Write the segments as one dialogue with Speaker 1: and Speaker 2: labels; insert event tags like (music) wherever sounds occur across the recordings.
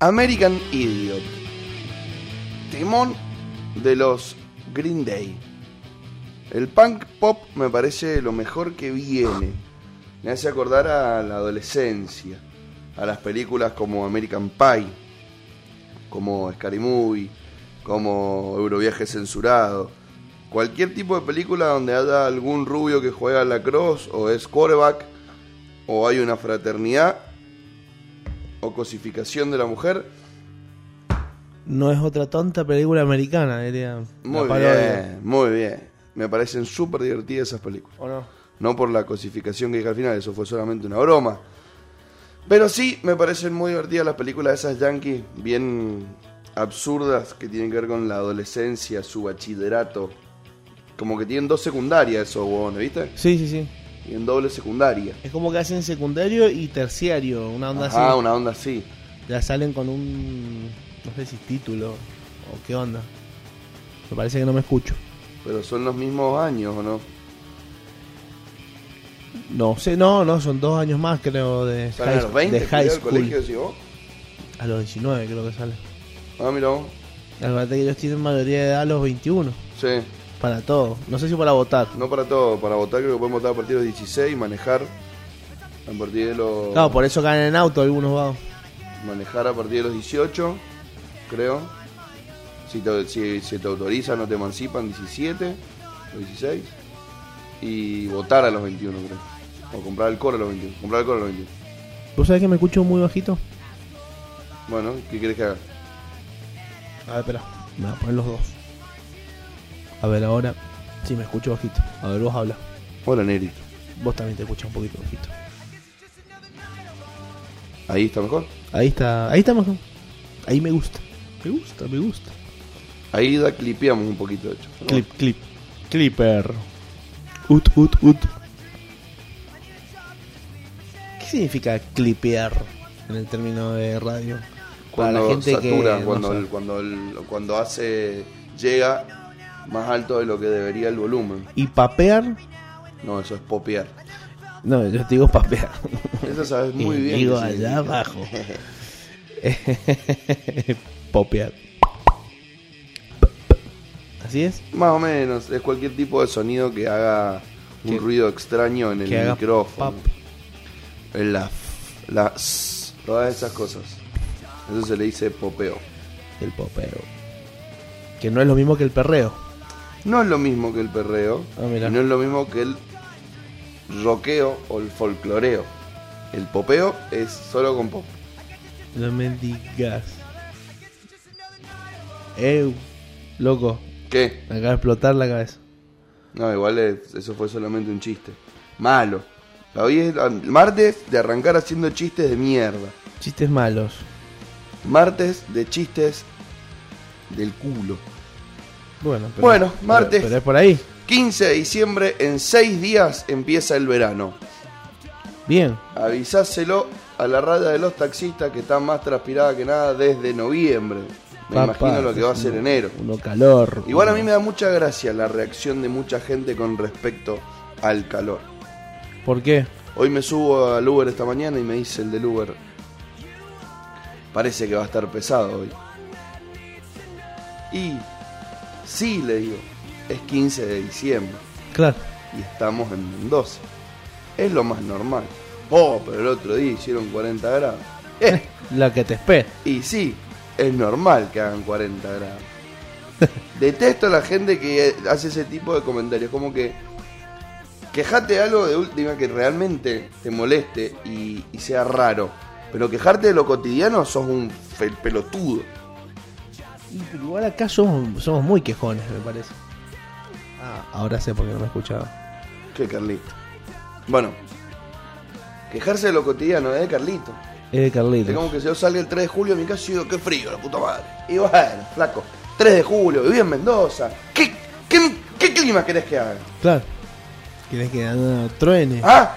Speaker 1: American Idiot. Timón de los Green Day. El punk pop me parece lo mejor que viene. Me hace acordar a la adolescencia, a las películas como American Pie, como Scary Movie, como Euroviaje Censurado. Cualquier tipo de película donde haya algún rubio que juega a la cross o es quarterback o hay una fraternidad o cosificación de la mujer.
Speaker 2: No es otra tonta película americana, diría. la
Speaker 1: Muy
Speaker 2: parodia.
Speaker 1: bien, muy bien. Me parecen súper divertidas esas películas.
Speaker 2: ¿O no?
Speaker 1: No por la cosificación que dije al final, eso fue solamente una broma. Pero sí, me parecen muy divertidas las películas de esas yankees, bien absurdas, que tienen que ver con la adolescencia, su bachillerato. Como que tienen dos secundarias esos huevones, ¿viste?
Speaker 2: Sí, sí, sí.
Speaker 1: Tienen doble secundaria.
Speaker 2: Es como que hacen secundario y terciario, una onda
Speaker 1: Ah,
Speaker 2: así.
Speaker 1: una onda así.
Speaker 2: Ya salen con un. No sé si título o qué onda. Me parece que no me escucho.
Speaker 1: Pero son los mismos años, ¿o no?
Speaker 2: No sé, no, no, son dos años más creo de
Speaker 1: Salen
Speaker 2: high,
Speaker 1: a los 20,
Speaker 2: de high
Speaker 1: cuidado, el
Speaker 2: school.
Speaker 1: colegio, decís vos.
Speaker 2: A los 19 creo que sale.
Speaker 1: Ah, mira vos.
Speaker 2: Acuérdate que ellos tienen mayoría de edad a los 21.
Speaker 1: Sí.
Speaker 2: Para todo. No sé si para votar.
Speaker 1: No para todo, para votar creo que podemos votar a partir de los 16, manejar a partir de los
Speaker 2: Claro, por eso caen en auto algunos vagos.
Speaker 1: manejar a partir de los 18, creo. Si te, si, si te autorizan no te emancipan 17 o 16 y votar a los 21, creo. O comprar alcohol a los 21, comprar alcohol a los 21.
Speaker 2: ¿Vos sabés que me escucho muy bajito?
Speaker 1: Bueno, ¿qué querés que haga?
Speaker 2: A ver, espera. Me voy a poner los dos. A ver, ahora sí me escucho bajito. A ver, vos habla.
Speaker 1: Hola, Nerito.
Speaker 2: Vos también te escuchas un poquito bajito.
Speaker 1: Ahí está mejor.
Speaker 2: Ahí está, ahí está mejor. Ahí me gusta. Me gusta, me gusta.
Speaker 1: Ahí da clipeamos un poquito, de hecho. Pero
Speaker 2: Clip, clip. Clipper. Ut, ut, ut. ¿Qué significa clipear en el término de radio?
Speaker 1: cuando
Speaker 2: Para la gente que
Speaker 1: satura,
Speaker 2: no
Speaker 1: cuando,
Speaker 2: sabe.
Speaker 1: el- cuando, el- cuando hace llega más alto de lo que debería el volumen.
Speaker 2: ¿Y papear?
Speaker 1: No, eso es
Speaker 2: (laughs)
Speaker 1: popear.
Speaker 2: No, yo te digo papear. (laughs)
Speaker 1: Eso sabes
Speaker 2: Y
Speaker 1: muy bien.
Speaker 2: digo
Speaker 1: qué
Speaker 2: allá
Speaker 1: significa.
Speaker 2: abajo.
Speaker 1: (laughs)
Speaker 2: Popear. Así es.
Speaker 1: Más o menos, es cualquier tipo de sonido que haga un
Speaker 2: Que-
Speaker 1: ruido extraño en el
Speaker 2: que haga
Speaker 1: micrófono.
Speaker 2: pap.
Speaker 1: En la, f- la s- todas esas cosas. Eso se le dice popeo.
Speaker 2: El popero. Que no es lo mismo que el perreo.
Speaker 1: No es lo mismo que el perreo,
Speaker 2: Ah, mirá.
Speaker 1: y no es lo mismo que el roqueo o el folcloreo. El popeo es solo con pop.
Speaker 2: No me digas. Ew. Loco,
Speaker 1: ¿Qué?
Speaker 2: me acaba de explotar la cabeza.
Speaker 1: No, igual es- eso fue solamente un chiste. Malo. Hoy es ah, martes de arrancar haciendo chistes de mierda.
Speaker 2: Chistes malos.
Speaker 1: Martes de chistes del culo.
Speaker 2: Bueno,
Speaker 1: Bueno, martes.
Speaker 2: Pero, pero es por ahí.
Speaker 1: 15 de diciembre, en 6 días empieza el verano.
Speaker 2: Bien.
Speaker 1: Avisáselo a la raya de los taxistas que está más transpirada que nada desde noviembre. Me
Speaker 2: Papá,
Speaker 1: imagino lo que va a ser
Speaker 2: uno-
Speaker 1: enero.
Speaker 2: Uno calor.
Speaker 1: Igual a mí me da mucha gracia la reacción de mucha gente con respecto al calor.
Speaker 2: ¿Por qué?
Speaker 1: Hoy me subo al Uber esta mañana y me dice el del Uber. Parece que va a estar pesado hoy. Y sí, le digo, es 15 de diciembre.
Speaker 2: Claro.
Speaker 1: y estamos en Mendoza. Es lo más normal. Oh, pero el otro día hicieron 40 grados. Eh,
Speaker 2: La que te espera.
Speaker 1: y sí, es normal que hagan 40 grados. Detesto a la gente que hace ese tipo de comentarios. Como que quejate de algo de última que realmente te moleste y, y sea raro. Pero quejarte de lo cotidiano sos un fe- pelotudo.
Speaker 2: Y, pero Igual acá somos, somos muy quejones, me parece. Ah, ahora sé por qué no me escuchaba.
Speaker 1: Que Carlito. Bueno, quejarse de lo cotidiano, ¿eh, Carlito?
Speaker 2: Es de
Speaker 1: Es como
Speaker 2: Carlitos.
Speaker 1: que si yo salgo el 3 de julio a mi casa y digo, qué frío, la puta madre. Y bueno, flaco, 3 de julio, viví en Mendoza. ¿Qué, qué, qué clima querés que haga?
Speaker 2: Claro. ¿Querés que no, truene?
Speaker 1: ¿Ah?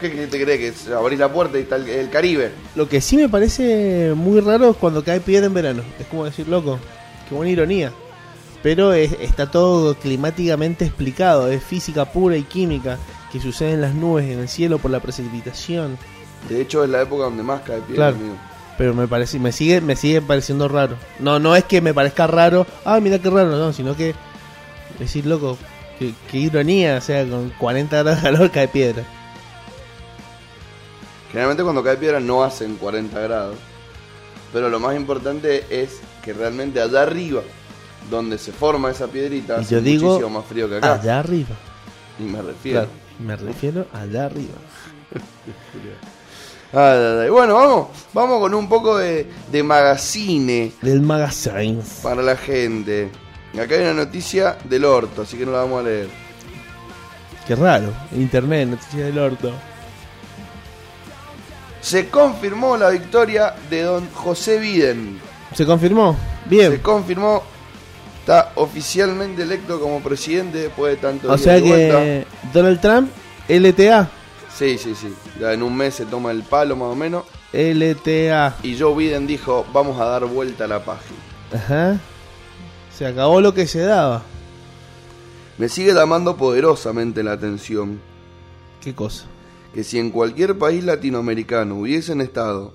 Speaker 1: ¿Qué, qué te crees? Que abrís la puerta y está el, el Caribe.
Speaker 2: Lo que sí me parece muy raro es cuando cae piedra en verano. Es como decir, loco, qué buena ironía. Pero es- está todo climáticamente explicado, es física pura y química que sucede en las nubes, en el cielo, por la precipitación.
Speaker 1: De hecho, es la época donde más cae piedra,
Speaker 2: Claro.
Speaker 1: amigo.
Speaker 2: Pero me parece, me sigue, me sigue pareciendo raro. No, no es que me parezca raro, ah, mira qué raro, no, sino que decir loco, qué, qué ironía, o sea, con 40 grados de calor cae piedra.
Speaker 1: Generalmente cuando cae piedra no hacen 40 grados. Pero lo más importante es que realmente allá arriba, donde se forma esa piedrita,
Speaker 2: Y
Speaker 1: hace
Speaker 2: yo digo,
Speaker 1: muchísimo más frío que acá.
Speaker 2: Allá arriba.
Speaker 1: Y me refiero.
Speaker 2: Claro, me refiero allá arriba.
Speaker 1: Ay, ay, ay. Bueno, vamos, vamos con un poco de, de magazine
Speaker 2: Del magazine.
Speaker 1: para la gente. Acá hay una noticia del orto, así que no la vamos a leer.
Speaker 2: Qué raro. Internet, noticias del orto.
Speaker 1: Se confirmó la victoria de don José Biden.
Speaker 2: ¿Se confirmó? Bien.
Speaker 1: Se confirmó, está oficialmente electo como presidente después de tanto
Speaker 2: o sea que Donald Trump, LTA.
Speaker 1: Sí, sí, sí. Ya en un mes se toma el palo más o menos.
Speaker 2: LTA.
Speaker 1: Y Joe Biden dijo, vamos a dar vuelta a la página.
Speaker 2: Ajá. Se acabó lo que se daba.
Speaker 1: Me sigue llamando poderosamente la atención
Speaker 2: ¿Qué cosa?
Speaker 1: que si en cualquier país latinoamericano hubiesen estado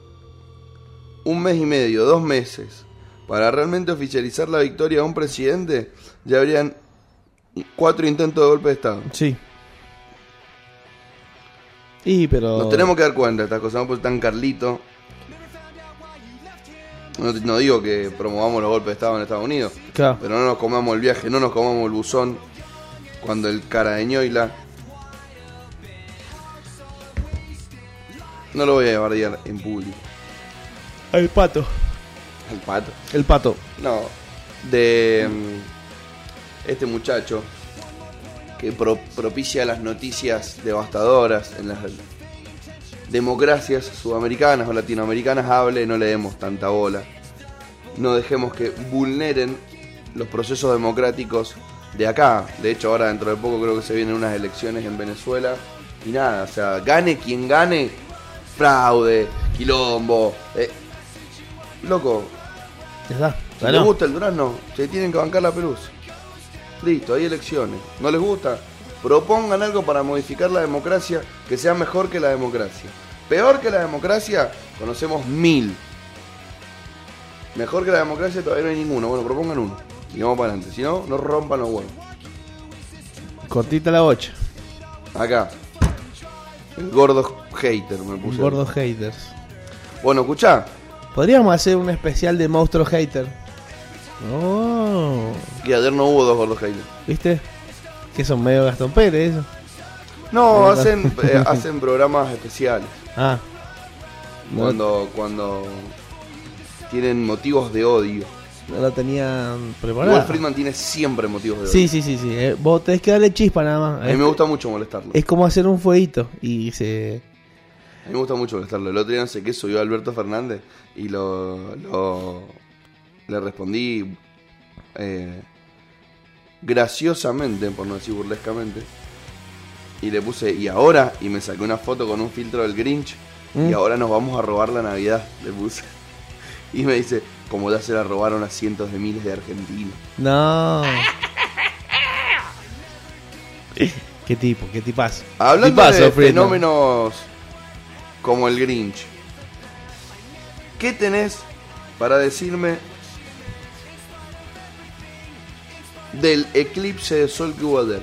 Speaker 1: un mes y medio, dos meses, para realmente oficializar la victoria de un presidente, ya habrían cuatro intentos de golpe de Estado.
Speaker 2: Sí. Y pero.
Speaker 1: Nos tenemos que dar cuenta de estas cosas, no porque tan Carlito. No, no digo que promovamos los golpes de Estado en Estados Unidos,
Speaker 2: Claro.
Speaker 1: pero no nos comamos el viaje, no nos comamos el buzón. Cuando el cara de ñoila. No lo voy a bardear en público.
Speaker 2: El pato.
Speaker 1: El pato.
Speaker 2: El pato.
Speaker 1: No. De. mm, Este muchacho. Que pro- propicia las noticias devastadoras en las democracias sudamericanas o latinoamericanas. Hable, no le demos tanta bola. No dejemos que vulneren los procesos democráticos de acá. De hecho, ahora dentro de poco creo que se vienen unas elecciones en Venezuela. Y nada, o sea, gane quien gane, fraude, quilombo. eh. Loco,
Speaker 2: Ya está.
Speaker 1: si les
Speaker 2: Ganó.
Speaker 1: gusta el durazno, se tienen que bancar la pelusa. Listo, hay elecciones. ¿No les gusta? Propongan algo para modificar la democracia que sea mejor que la democracia. Peor que la democracia, conocemos mil. Mejor que la democracia todavía no hay ninguno. Bueno, propongan uno. Y vamos para adelante. Si no, no rompan los huevos.
Speaker 2: Cortita la bocha.
Speaker 1: Acá. El gordo hater me puse.
Speaker 2: Gordos haters.
Speaker 1: Bueno, escuchá.
Speaker 2: Podríamos hacer un especial de monstruo hater. Oh.
Speaker 1: Que ayer no hubo dos gordos haters.
Speaker 2: ¿Viste? Que son medio Gastón Pérez. eso.
Speaker 1: No,
Speaker 2: Ah,
Speaker 1: hacen, eh, hacen programas especiales.
Speaker 2: Ah. No,
Speaker 1: cuando cuando tienen motivos de odio.
Speaker 2: no lo tenían
Speaker 1: Igual
Speaker 2: preparado.
Speaker 1: um, Friedman tiene siempre motivos de
Speaker 2: Sí,
Speaker 1: odio.
Speaker 2: sí, sí, sí. Eh, vos tenés que darle chispa nada más.
Speaker 1: A mí
Speaker 2: Es-
Speaker 1: me gusta mucho molestarlo.
Speaker 2: Es como hacer un fueguito y se...
Speaker 1: A mí me gusta mucho molestarlo. El otro día no sé qué subió Alberto Fernández y lo, lo- le respondí eh, graciosamente, por no decir burlescamente. Y le puse, y ahora, y me saqué una foto con un filtro del Grinch.
Speaker 2: Mm.
Speaker 1: Y ahora nos vamos a robar la Navidad, le puse. (laughs) Y me dice, como ya se la robaron a cientos de miles de argentinos.
Speaker 2: No. (laughs) qué tipo, qué tipazo.
Speaker 1: Hablando
Speaker 2: Tipazo,
Speaker 1: de
Speaker 2: Friedman.
Speaker 1: fenómenos como el Grinch, ¿qué tenés para decirme del eclipse de sol que hubo ayer?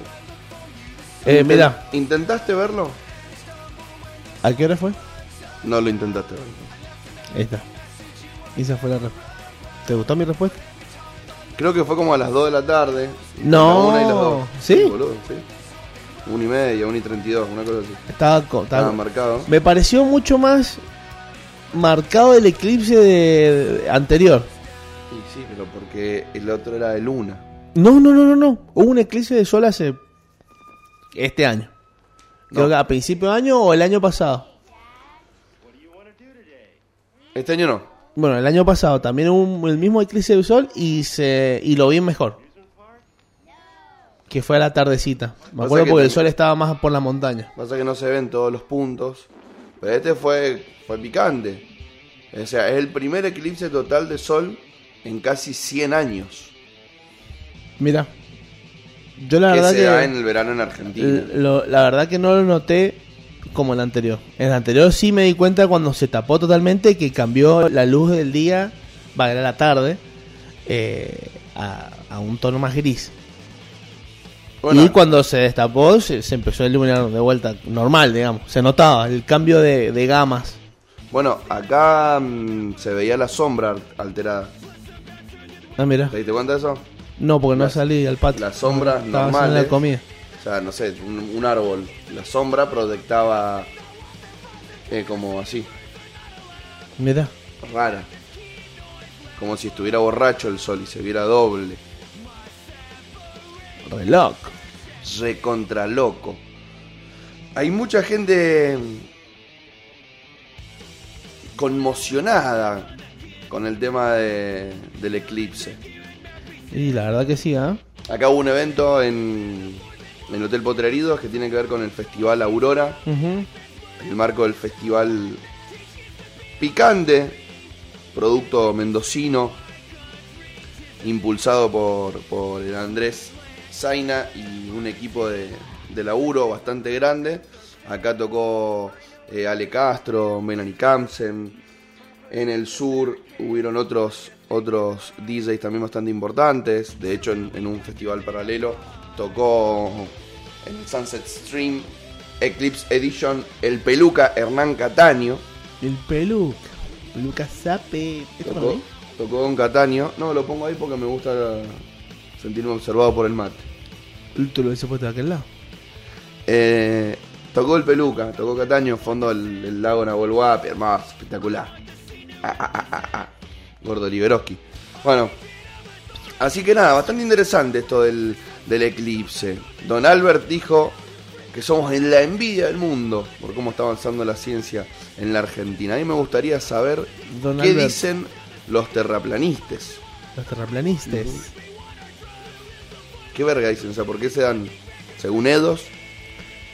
Speaker 2: Eh,
Speaker 1: Inten-
Speaker 2: mira,
Speaker 1: ¿Intentaste verlo?
Speaker 2: ¿a qué hora fue?
Speaker 1: No lo intentaste ver.
Speaker 2: Ahí está. Esa fue la respuesta. ¿Te gustó mi respuesta?
Speaker 1: Creo que fue como a las 2 de la tarde. entre
Speaker 2: No.
Speaker 1: La una y las 2.
Speaker 2: ¿Sí?
Speaker 1: boludo, sí. Una y media, una y 32, una cosa así.
Speaker 2: Estaba... co-
Speaker 1: Estaba
Speaker 2: estaba
Speaker 1: marcado.
Speaker 2: me pareció mucho más marcado el eclipse de- de- anterior.
Speaker 1: Y sí, pero porque el otro era de luna.
Speaker 2: No, no, no, no, no. Hubo un eclipse de sol hace... Este año. Creo
Speaker 1: No.
Speaker 2: que a principio de año o el año pasado.
Speaker 1: Este año no.
Speaker 2: Bueno, el año pasado también hubo un- el mismo eclipse de sol y se y lo vi mejor. Que fue a la tardecita. Me
Speaker 1: Pasa
Speaker 2: acuerdo
Speaker 1: que
Speaker 2: porque el
Speaker 1: también-
Speaker 2: sol estaba más por la montaña.
Speaker 1: Pasa que no se ven todos los puntos. Pero este fue, fue picante. O sea, es el primer eclipse total de sol en casi 100 años.
Speaker 2: Mira. Yo la
Speaker 1: que
Speaker 2: verdad
Speaker 1: se da en
Speaker 2: que
Speaker 1: el verano en Argentina.
Speaker 2: l- lo- la verdad que no lo noté como el anterior. En el anterior sí me di cuenta cuando se tapó totalmente que cambió la luz del día, va a la tarde, eh, a, a un tono más gris.
Speaker 1: Bueno,
Speaker 2: Y cuando se destapó, se, se empezó a iluminar de vuelta, normal, digamos. Se notaba el cambio de, de gamas.
Speaker 1: bueno, acá mm, se veía la sombra al- alterada.
Speaker 2: Ah, mira.
Speaker 1: ¿Te diste cuenta de eso?
Speaker 2: No, porque no
Speaker 1: Las-
Speaker 2: salí al patio.
Speaker 1: las sombras
Speaker 2: Estaba haciendo
Speaker 1: normales.
Speaker 2: la comida.
Speaker 1: O sea, no sé, un, un árbol. La sombra proyectaba eh, como así,
Speaker 2: Mira.
Speaker 1: rara. Como si estuviera borracho el sol y se viera doble.
Speaker 2: Reloj.
Speaker 1: Recontra loco. Hay mucha gente conmocionada con el tema de- del eclipse.
Speaker 2: Y la verdad que sí, ¿ah?
Speaker 1: Acá hubo un evento en, en el Hotel Potreridos que tiene que ver con el Festival Aurora,
Speaker 2: Ujú.
Speaker 1: en el marco del Festival Picante, producto mendocino, impulsado por, por el Andrés Zaina y un equipo de, de laburo bastante grande. Acá tocó eh, Ale Castro, Melanie Kamsen. En el sur hubieron otros, otros DJs también bastante importantes. De hecho, en, en un festival paralelo tocó en el Sunset Stream Eclipse Edition el peluca Hernán Cataño.
Speaker 2: El peluca. Peluca Zape. ¿Esto para
Speaker 1: Tocó,
Speaker 2: mí?
Speaker 1: tocó con Cataño. No, lo pongo ahí porque me gusta sentirme observado por el mate.
Speaker 2: Tú lo hubiese puesto de aquel lado.
Speaker 1: Eh, tocó el peluca, tocó Cataño, fondo del, del lago Nahuel Huapi, hermano, espectacular. Ah, ah, ah, ah, ah. Gordo Liberoski. Bueno, así que nada, bastante interesante esto del, del eclipse. Don Albert dijo que somos en la envidia del mundo por cómo está avanzando la ciencia en la Argentina. A mí me gustaría saber
Speaker 2: Don
Speaker 1: qué
Speaker 2: Albert.
Speaker 1: dicen los terraplanistas.
Speaker 2: Los terraplanistas.
Speaker 1: ¿Qué verga dicen? O sea, ¿por qué se dan, según ellos,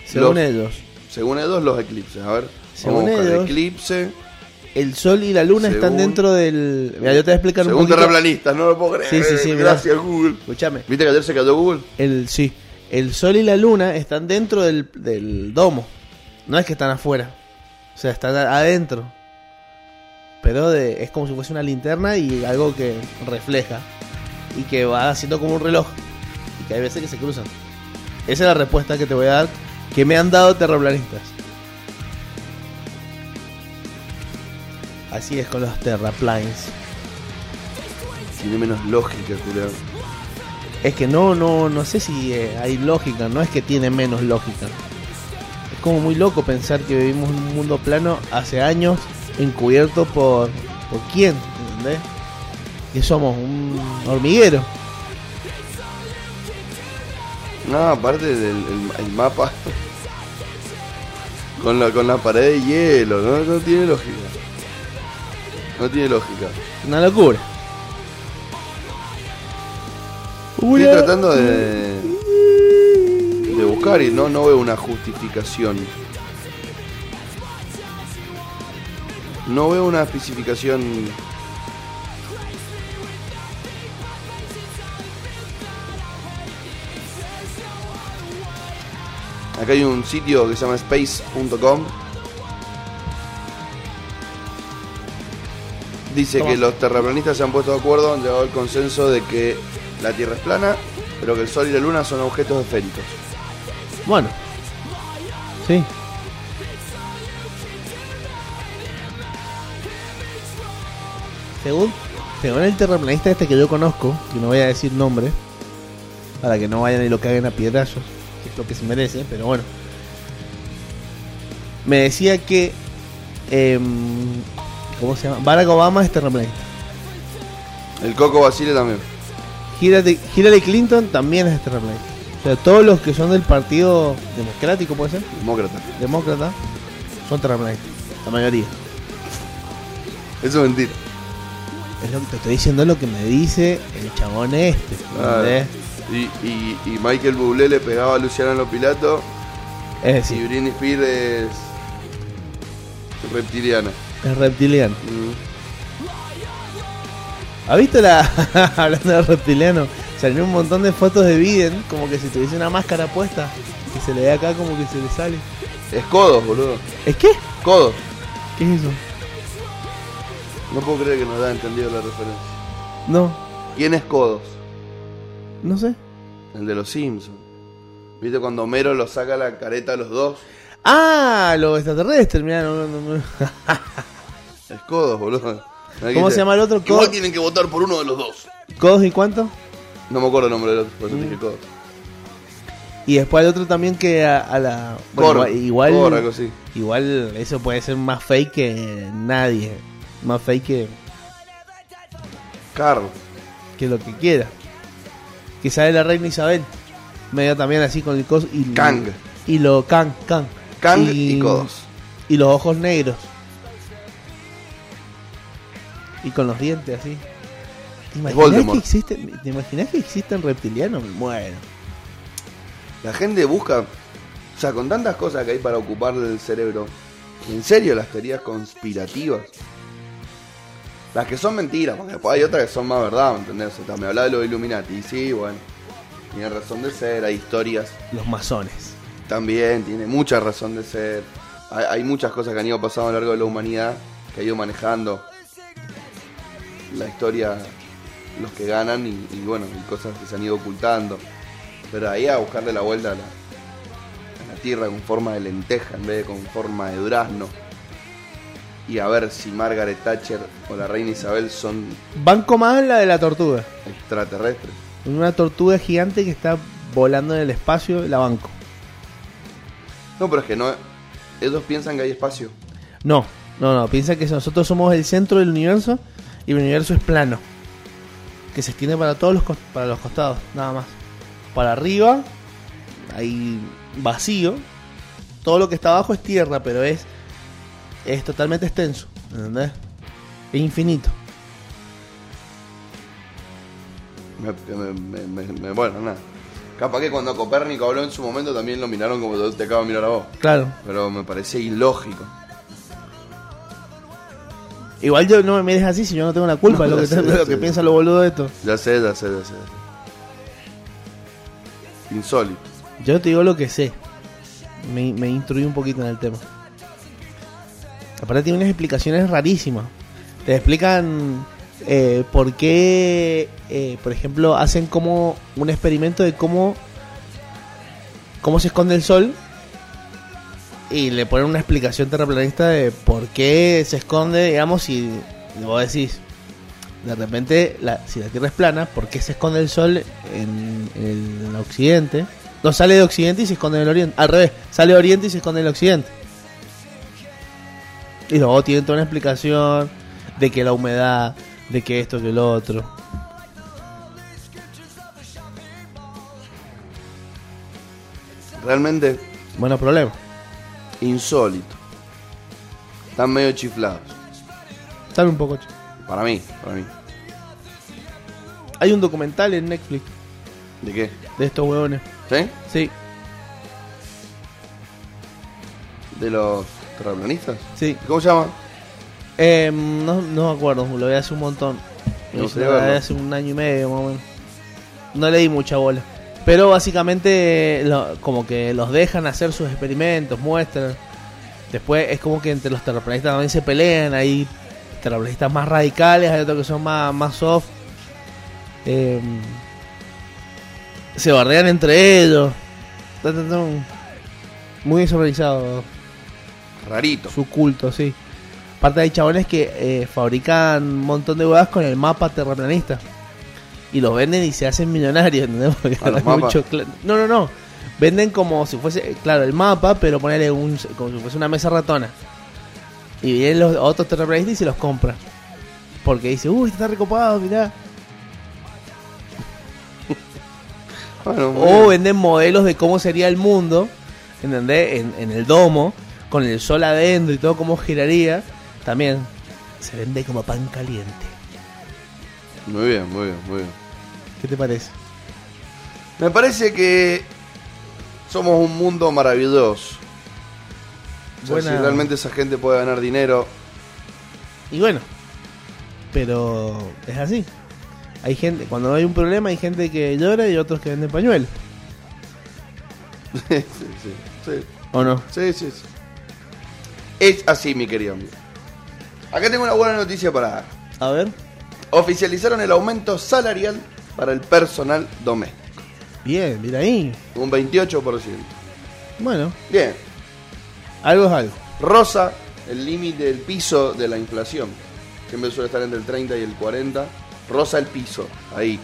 Speaker 2: Según
Speaker 1: Los-
Speaker 2: ellos.
Speaker 1: Según ellos, los eclipses. A ver,
Speaker 2: Según E
Speaker 1: vamos a buscar
Speaker 2: ellos,
Speaker 1: eclipse.
Speaker 2: El sol y la luna están
Speaker 1: Según-
Speaker 2: dentro del. Mira, yo te voy a explicar un
Speaker 1: Según
Speaker 2: poquito.
Speaker 1: terraplanistas, no lo puedo creer.
Speaker 2: Sí, sí, sí, mirá.
Speaker 1: Gracias, Google.
Speaker 2: Escúchame.
Speaker 1: ¿Viste que ayer se cayó Google?
Speaker 2: El, sí. El sol y la luna están dentro del, del domo. No es que están afuera. O sea, están a- adentro. Pero de- es como si fuese una linterna y algo que refleja. Y que va haciendo como un reloj. Y que hay veces que se cruzan. Esa es la respuesta que te voy a dar. Que me han dado terraplanistas. Así es con los terraplanes.
Speaker 1: Tiene menos lógica, Julián.
Speaker 2: Es que no, no, no sé si eh, hay lógica, no es que tiene menos lógica. Es como muy loco pensar que vivimos en un mundo plano hace años encubierto por, por quién, ¿entendés? Que somos un hormiguero.
Speaker 1: No, aparte del el- el mapa. (laughs) Con la, con la pared de hielo, no, no tiene lógica. No tiene lógica.
Speaker 2: Una locura.
Speaker 1: Estoy
Speaker 2: Una-
Speaker 1: tratando de, de buscar y no, no veo una justificación. No veo una especificación. Acá hay un sitio que se llama space.com. Dice
Speaker 2: Toma.
Speaker 1: que los terraplanistas se han puesto de acuerdo, han llegado al consenso de que la Tierra es plana, pero que el Sol y la Luna son objetos esféricos.
Speaker 2: Bueno. Sí. Según, según el terraplanista este que yo conozco, que no voy a decir nombre, para que no vayan y lo caguen a piedrazos, que es lo que se merece, pero bueno. Me decía que... em, ¿Cómo se llama? Barack Obama es terraplanista.
Speaker 1: El Coco Basile también.
Speaker 2: Hillary, Hillary Clinton también es terraplanista. O sea, todos los que son del Partido Democrático, puede ser
Speaker 1: Demócrata.
Speaker 2: demócratas son terraplanistas, la mayoría.
Speaker 1: Eso es mentira.
Speaker 2: Es lo que te estoy diciendo, es lo que me dice el chabón este.
Speaker 1: Claro.
Speaker 2: ¿entendés?
Speaker 1: Ah, Y, y- y Michael Bublé le pegaba a Luciano Lopilato
Speaker 2: Es
Speaker 1: y
Speaker 2: decir,
Speaker 1: Britney Spears es reptiliana.
Speaker 2: es reptiliano.
Speaker 1: Mm.
Speaker 2: ¿Has visto la. (laughs) hablando de reptiliano? Salió un montón de fotos de Biden, como que si tuviese una máscara puesta, que se le ve acá como que se le sale.
Speaker 1: Es codos, boludo.
Speaker 2: ¿Es qué?
Speaker 1: Codos.
Speaker 2: ¿Qué es eso?
Speaker 1: No puedo creer que nos haya entendido la referencia.
Speaker 2: No,
Speaker 1: ¿Quién es codos?
Speaker 2: no sé.
Speaker 1: El de los Simpsons. ¿Viste cuando Homero lo saca la careta a los dos?
Speaker 2: Ah, los extraterrestres, mirá. no- no- no- (laughs)
Speaker 1: Es codos, boludo. Aquí
Speaker 2: ¿Cómo
Speaker 1: dice,
Speaker 2: se llama el otro?
Speaker 1: Igual
Speaker 2: Codos.
Speaker 1: tienen que votar por uno de los dos.
Speaker 2: ¿Codos y cuánto?
Speaker 1: No me acuerdo el nombre del otro, por eso
Speaker 2: Mm.
Speaker 1: dije codos.
Speaker 2: Y después el otro también que a, a la...
Speaker 1: Coro.
Speaker 2: bueno, igual,
Speaker 1: Coro, algo así.
Speaker 2: igual eso puede ser más fake que nadie. Más fake que,
Speaker 1: Carlos.
Speaker 2: que lo que quiera. Que sale la reina Isabel. Medio también así con el cos y...
Speaker 1: Kang.
Speaker 2: Y lo Kang, Kang.
Speaker 1: Kang y, codos.
Speaker 2: Y los ojos negros. Y con los dientes así. ¿Te imaginas
Speaker 1: Voldemort.
Speaker 2: que existen, ¿te imaginas que existen reptilianos? Me muero.
Speaker 1: La gente busca. O sea, con tantas cosas que hay para ocupar el cerebro. En serio, las teorías conspirativas. Las que son mentiras, porque después hay otras que son más verdad, ¿me entendés? O sea, me hablaba de los Illuminati, y sí, bueno. Tiene razón de ser, hay historias
Speaker 2: Los masones.
Speaker 1: También tiene mucha razón de ser. Hay, hay muchas cosas que han ido pasando a lo largo de la humanidad, que ha ido manejando la historia, los que ganan y, y bueno, y cosas que se han ido ocultando. Pero ahí a buscarle la vuelta a la, a la tierra con forma de lenteja en vez de con forma de durazno. Y a ver si Margaret Thatcher o la reina Isabel son
Speaker 2: Banco más la de la tortuga.
Speaker 1: extraterrestres.
Speaker 2: Una tortuga gigante que está volando en el espacio, la banco.
Speaker 1: No, pero es que no. Ellos piensan que hay espacio.
Speaker 2: No, no, no. Piensa que nosotros somos el centro del universo y el universo es plano. Que se extiende para todos los, cos- para los costados, nada más. Para arriba hay vacío. Todo lo que está abajo es tierra, pero es, es totalmente extenso. ¿Entendés? Es infinito.
Speaker 1: Me- me- me- me- me- bueno, nada. Capaz que cuando Copérnico habló en su momento también lo miraron como te acabo de mirar a vos.
Speaker 2: Claro.
Speaker 1: Pero me parece ilógico.
Speaker 2: Igual yo no me mires así si yo no tengo la culpa de
Speaker 1: No,
Speaker 2: lo que,
Speaker 1: ya sé,
Speaker 2: (laughs) de lo
Speaker 1: ya
Speaker 2: que
Speaker 1: sé.
Speaker 2: piensan los boludos de esto.
Speaker 1: Ya sé, ya sé, ya sé. Insólito.
Speaker 2: Yo te digo lo que sé. Me, me instruí un poquito en el tema. Aparte tiene unas explicaciones rarísimas. Te explican eh, por qué, eh, por ejemplo, hacen como un experimento de cómo, cómo se esconde el sol. Y le ponen una explicación terraplanista de por qué se esconde, digamos, y vos decís, de repente, la- si la Tierra es plana, ¿por qué se esconde el Sol en, el occidente? No, sale de occidente y se esconde en el oriente. Al revés, sale de oriente y se esconde en el occidente. Y luego tienen toda una explicación de que la humedad, de que esto, que lo otro.
Speaker 1: Realmente
Speaker 2: Buenos problemas.
Speaker 1: insólito. Están medio chiflados.
Speaker 2: Dame un poco. che.
Speaker 1: Para mí, para mí.
Speaker 2: Hay un documental en Netflix
Speaker 1: ¿De qué?
Speaker 2: de estos huevones.
Speaker 1: ¿Sí?
Speaker 2: Sí,
Speaker 1: ¿De los terraplanistas?
Speaker 2: sí.
Speaker 1: ¿Cómo se llama?
Speaker 2: Em, no, no me acuerdo, lo vi hace un montón.
Speaker 1: Me
Speaker 2: Lo
Speaker 1: gustaría
Speaker 2: vi
Speaker 1: verlo.
Speaker 2: hace un año y medio más o menos. No le di mucha bola. Pero básicamente lo- como que los dejan hacer sus experimentos, muestran. Después es como que entre los terraplanistas también se pelean. Hay terraplanistas más radicales, hay otros que son más, más soft. Em, se bardean entre ellos. Ta, ta, ta. Muy desorganizado
Speaker 1: Rarito.
Speaker 2: su culto, sí. Aparte hay chabones que eh, fabrican un montón de huevas con el mapa terraplanista. Y los venden y se hacen millonarios, ¿entendés? (laughs) Porque
Speaker 1: ¿A los
Speaker 2: hay
Speaker 1: mapas?
Speaker 2: cla- No, no, no. Venden como si fuese, claro, el mapa, pero ponerle un, como si fuese una mesa ratona. Y vienen los otros terraplanistas y se los compran. Porque dice, uy, está recopado, mirá.
Speaker 1: Bueno, muy
Speaker 2: O
Speaker 1: bien.
Speaker 2: venden modelos de cómo sería el mundo, ¿entendés? En, en el domo, con el sol adentro y todo cómo giraría. También se vende como pan caliente.
Speaker 1: muy bien, muy bien, muy bien.
Speaker 2: ¿Qué te parece?
Speaker 1: Me parece que somos un mundo maravilloso. O sea,
Speaker 2: Buena-
Speaker 1: Si realmente esa gente puede ganar dinero,
Speaker 2: Y bueno, pero es así. Hay gente, cuando hay un problema hay gente que llora y otros que venden pañuelos.
Speaker 1: sí, sí, sí.
Speaker 2: ¿O no?
Speaker 1: Sí, sí, sí. Es así, mi querido amigo. Acá tengo una buena noticia para dar.
Speaker 2: A ver.
Speaker 1: Oficializaron el aumento salarial para el personal doméstico.
Speaker 2: Bien, mira ahí.
Speaker 1: Un 28%.
Speaker 2: Bueno,
Speaker 1: Bien.
Speaker 2: algo es algo.
Speaker 1: Rosa el límite del piso de la inflación. Siempre suele estar entre el 30 y el 40. Rosa el piso. Ahí.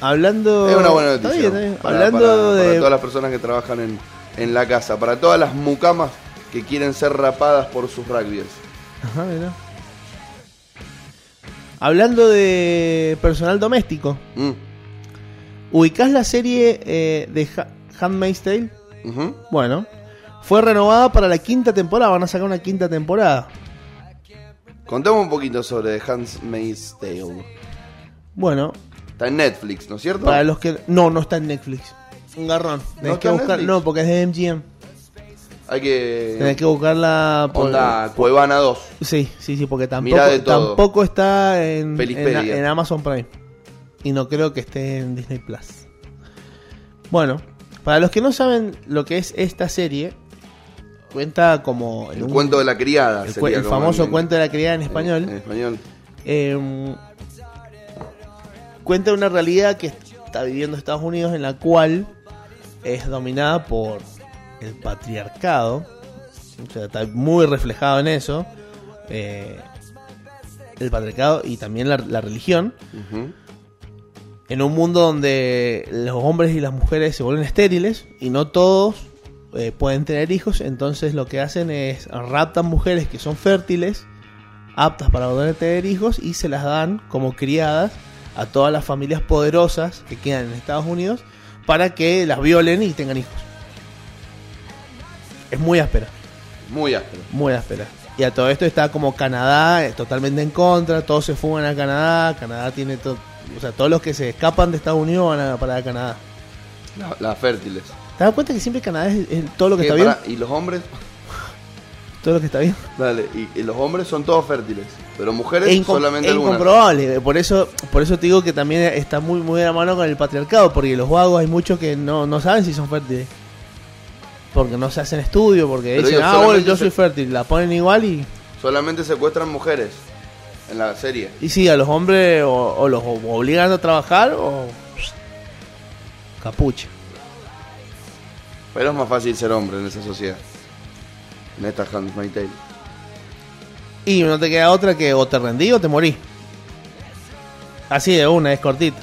Speaker 2: Hablando.
Speaker 1: Es una buena noticia.
Speaker 2: Está bien, está bien.
Speaker 1: Para,
Speaker 2: Hablando
Speaker 1: para- para
Speaker 2: de.
Speaker 1: todas las personas que trabajan en, en la casa. Para todas las mucamas que quieren ser rapadas por sus rugbyers.
Speaker 2: Ajá, mirá. Hablando de personal doméstico.
Speaker 1: Mm.
Speaker 2: ¿Ubicás la serie eh, de Ha- Handmaid's Tale?
Speaker 1: Ujú.
Speaker 2: Bueno, fue renovada para la quinta temporada. Van a sacar una quinta temporada.
Speaker 1: Contame un poquito sobre Hans Mays Tale.
Speaker 2: Bueno,
Speaker 1: Está en Netflix, ¿no es cierto?
Speaker 2: para los que. No, no está en Netflix. Un garrón. Tenés
Speaker 1: está
Speaker 2: que
Speaker 1: en
Speaker 2: buscar.
Speaker 1: Netflix?
Speaker 2: No, porque es de MGM.
Speaker 1: Hay que.
Speaker 2: Tenés que buscarla por.
Speaker 1: Onda Cuevana 2.
Speaker 2: Sí, sí, sí, porque tampoco,
Speaker 1: Mirá de todo.
Speaker 2: tampoco está en,
Speaker 1: Felipedia.
Speaker 2: en- en Amazon Prime. Y no creo que esté en Disney Plus. Bueno, para los que no saben lo que es esta serie, cuenta como.
Speaker 1: El
Speaker 2: un-
Speaker 1: cuento de la criada.
Speaker 2: el cue-
Speaker 1: sería
Speaker 2: el
Speaker 1: como
Speaker 2: famoso
Speaker 1: en-
Speaker 2: cuento de la criada en
Speaker 1: en-
Speaker 2: español.
Speaker 1: En, español.
Speaker 2: eh, cuenta una realidad que está viviendo Estados Unidos en la cual es dominada por el patriarcado. O sea, está muy reflejado en eso. eh, el patriarcado y también la, la religión.
Speaker 1: Ujú.
Speaker 2: En un mundo donde los hombres y las mujeres se vuelven estériles y no todos eh, pueden tener hijos, entonces lo que hacen es raptan mujeres que son fértiles, aptas para poder tener hijos, y se las dan como criadas a todas las familias poderosas que quedan en Estados Unidos para que las violen y tengan hijos. Es muy áspera,
Speaker 1: Muy áspero.
Speaker 2: muy áspera. Y a todo esto está como Canadá eh, totalmente en contra, todos se fugan a Canadá, Canadá tiene todo... O sea, todos los que se escapan de Estados Unidos van a para Canadá.
Speaker 1: La- las fértiles.
Speaker 2: ¿Te das cuenta que siempre Canadá es, es todo lo que
Speaker 1: Eh,
Speaker 2: está bien?
Speaker 1: pará, Y los hombres. (laughs)
Speaker 2: Todo lo que está bien.
Speaker 1: Dale, y, y los hombres son todos fértiles. Pero mujeres
Speaker 2: Es, E incom-
Speaker 1: solamente
Speaker 2: es
Speaker 1: algunas.
Speaker 2: incomprobable. Por eso, por eso te digo que también está muy, muy de la mano con el patriarcado, porque los vagos hay muchos que no, no saben si son fértiles. Porque no se hacen estudio, porque
Speaker 1: Pero
Speaker 2: dicen,
Speaker 1: ellos
Speaker 2: ah, bueno,
Speaker 1: solamente
Speaker 2: yo
Speaker 1: se-
Speaker 2: soy fértil. La ponen igual y,
Speaker 1: Solamente secuestran mujeres en la serie.
Speaker 2: y sí, a los hombres o, o los o obligan a trabajar o. Capucha.
Speaker 1: Pero es más fácil ser hombre en esa sociedad. En esta Hans My Tale.
Speaker 2: Y no te queda otra que o te rendí o te morí. Así de una, es cortita.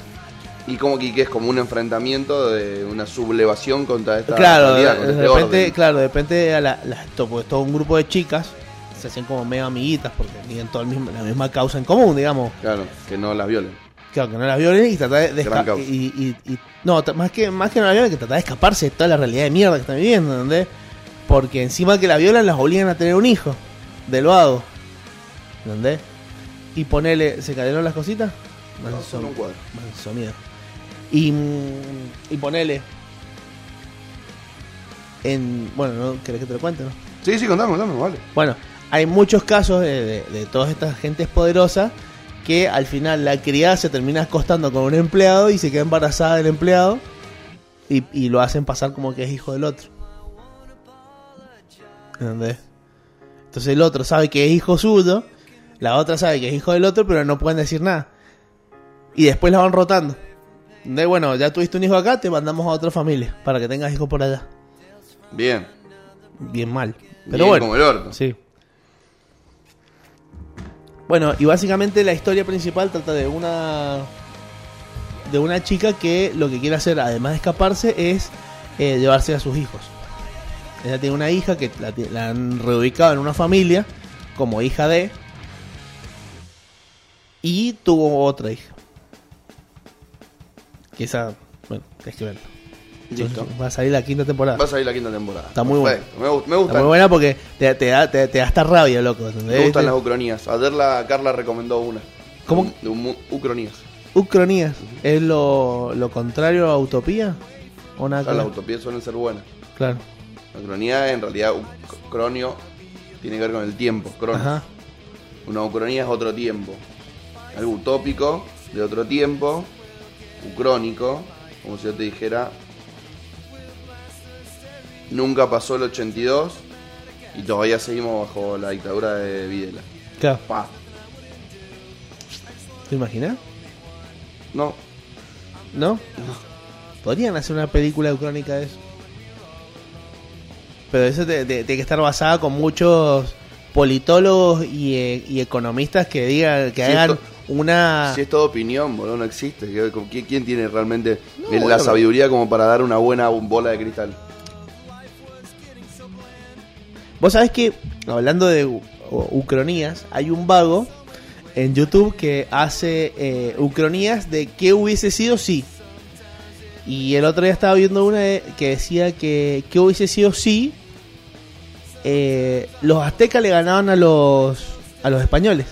Speaker 1: Y como que que es como un enfrentamiento de una sublevación contra esta
Speaker 2: Claro,
Speaker 1: realidad,
Speaker 2: de,
Speaker 1: contra
Speaker 2: de
Speaker 1: este
Speaker 2: repente,
Speaker 1: orden.
Speaker 2: claro, de repente a la, las- to- porque todo un grupo de chicas se hacen como medio amiguitas porque tienen toda el mismo- la misma causa en común, digamos.
Speaker 1: Claro, que no las violen.
Speaker 2: Claro, que no las violen y tratar de, de
Speaker 1: Gran
Speaker 2: esca-
Speaker 1: causa.
Speaker 2: y, y- y- No, t- más que, más que no las violen, que tratar de escaparse de toda la realidad de mierda que están viviendo, ¿entendés? Porque encima que la violan, las obligan a tener un hijo del vago, ¿entendés? Y ponele, ¿se cayeron las cositas?
Speaker 1: No,
Speaker 2: Manso-
Speaker 1: son un cuadro.
Speaker 2: Manso miedo. Y, mm, y ponele. En, bueno, ¿no? ¿querés que te lo cuente? No?
Speaker 1: Sí, sí, contame, contame, vale.
Speaker 2: Bueno, hay muchos casos de, de, de todas estas gentes poderosas que al final la criada se termina acostando con un empleado y se queda embarazada del empleado y, y lo hacen pasar como que es hijo del otro. ¿Entendés? Entonces el otro sabe que es hijo suyo, la otra sabe que es hijo del otro, pero no pueden decir nada. Y después la van rotando. De bueno, ya tuviste un hijo acá, te mandamos a otra familia para que tengas hijos por allá.
Speaker 1: Bien.
Speaker 2: Bien mal. Pero
Speaker 1: Bien
Speaker 2: bueno.
Speaker 1: como el orto.
Speaker 2: Sí. Bueno, y básicamente la historia principal trata de una de una chica que lo que quiere hacer, además de escaparse, es eh, llevarse a sus hijos. Ella tiene una hija que la, ti- la han reubicado en una familia como hija de y tuvo otra hija. Que esa, bueno, es que verlo.
Speaker 1: Listo.
Speaker 2: Va a salir la quinta temporada.
Speaker 1: Vas a ir la quinta temporada.
Speaker 2: Está muy bueno.
Speaker 1: Perfecto. Me, gust- me
Speaker 2: Está
Speaker 1: gustan,
Speaker 2: muy buena porque te, te da, te, te da hasta rabia, loco. ¿entendés? Este,
Speaker 1: me gustan
Speaker 2: Te-
Speaker 1: las ucronías. Ayer la Carla recomendó una.
Speaker 2: ¿Cómo? Ah,
Speaker 1: De un mu- ucronías.
Speaker 2: Ucronías, ¿es lo, lo contrario a utopía? ¿O nada
Speaker 1: O
Speaker 2: que
Speaker 1: sea, las
Speaker 2: ver?
Speaker 1: utopías suelen ser buenas.
Speaker 2: Claro.
Speaker 1: La ucronía en realidad, uc- cronio, tiene que ver con el tiempo. Crono.
Speaker 2: Ajá.
Speaker 1: Una ucronía es otro tiempo. Algo utópico, de otro tiempo, ucrónico, como si yo te dijera nunca pasó el 82 y todavía seguimos bajo la dictadura de Videla.
Speaker 2: Claro.
Speaker 1: Pa.
Speaker 2: ¿Te imaginas?
Speaker 1: No,
Speaker 2: ¿No? Podrían hacer una película de crónica de eso. Pero eso te- te- tiene que estar basada con muchos politólogos y, eh, y economistas que digan, que
Speaker 1: Si
Speaker 2: hagan
Speaker 1: esto-
Speaker 2: una...
Speaker 1: si es toda opinión, boludo, no existe. ¿Qué- con ¿Quién, quién tiene realmente
Speaker 2: No,
Speaker 1: eh, la
Speaker 2: bueno.
Speaker 1: sabiduría como para dar una buena bola de cristal?
Speaker 2: Vos sabés que, hablando de u- u- ucronías, hay un vago en YouTube que hace eh, ucronías de qué hubiese sido si. Y el otro día estaba viendo una de- que decía que qué hubiese sido si eh, los aztecas le ganaban a los, a los españoles.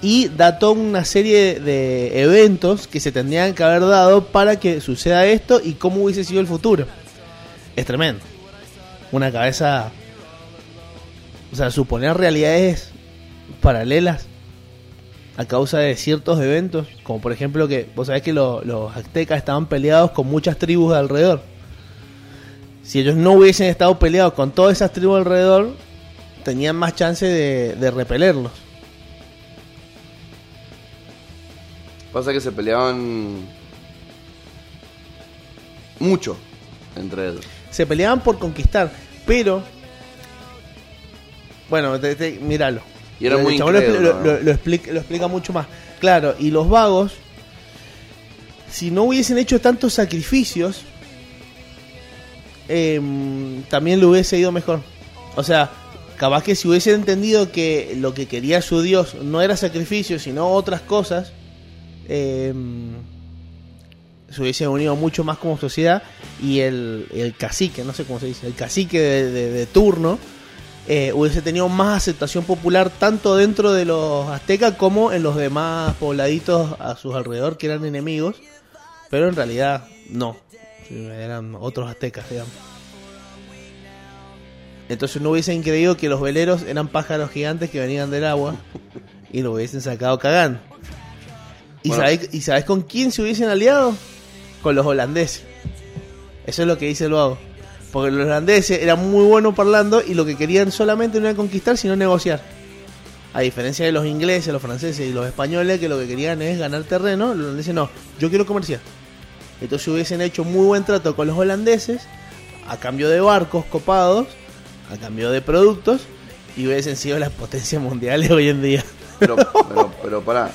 Speaker 2: Y dató una serie de eventos que se tendrían que haber dado para que suceda esto y cómo hubiese sido el futuro. Es tremendo una cabeza. O sea, suponer realidades paralelas a causa de ciertos eventos, como por ejemplo que vos sabés que lo- los aztecas estaban peleados con muchas tribus de alrededor. Si ellos no hubiesen estado peleados con todas esas tribus alrededor, tenían más chance de, de repelerlos.
Speaker 1: Pasa que se peleaban mucho entre ellos.
Speaker 2: Se peleaban por conquistar, pero... Bueno, te- te- míralo.
Speaker 1: Y era
Speaker 2: El
Speaker 1: muy
Speaker 2: chabón lo, expli-
Speaker 1: incrédulo,
Speaker 2: lo-
Speaker 1: ¿no?
Speaker 2: lo- lo explica, lo explica mucho más. Claro, y los vagos, si no hubiesen hecho tantos sacrificios, em, también lo hubiese ido mejor. O sea, capaz que si hubiese entendido que lo que quería su Dios no era sacrificio, sino otras cosas, em, se hubiesen unido mucho más como sociedad y el, el cacique, no sé cómo se dice, el cacique de- de- de turno eh, hubiese tenido más aceptación popular tanto dentro de los aztecas como en los demás pobladitos a sus alrededor que eran enemigos, pero en realidad no, eran otros aztecas, digamos. Entonces no hubiesen creído que los veleros eran pájaros gigantes que venían del agua y lo hubiesen sacado cagando. ¿Y,
Speaker 1: Bueno.
Speaker 2: sabés, ¿Y sabés con quién se hubiesen aliado? Con los holandeses. Eso es lo que dice el vago. Porque los holandeses eran muy buenos parlando y lo que querían solamente no era conquistar, sino negociar. A diferencia de los ingleses, los franceses y los españoles, que lo que querían es ganar terreno, los holandeses no, yo quiero comerciar. Entonces hubiesen hecho muy buen trato con los holandeses, a cambio de barcos copados, a cambio de productos, y hubiesen sido las potencias mundiales hoy en día. (laughs)
Speaker 1: Pero, pero, pero pará,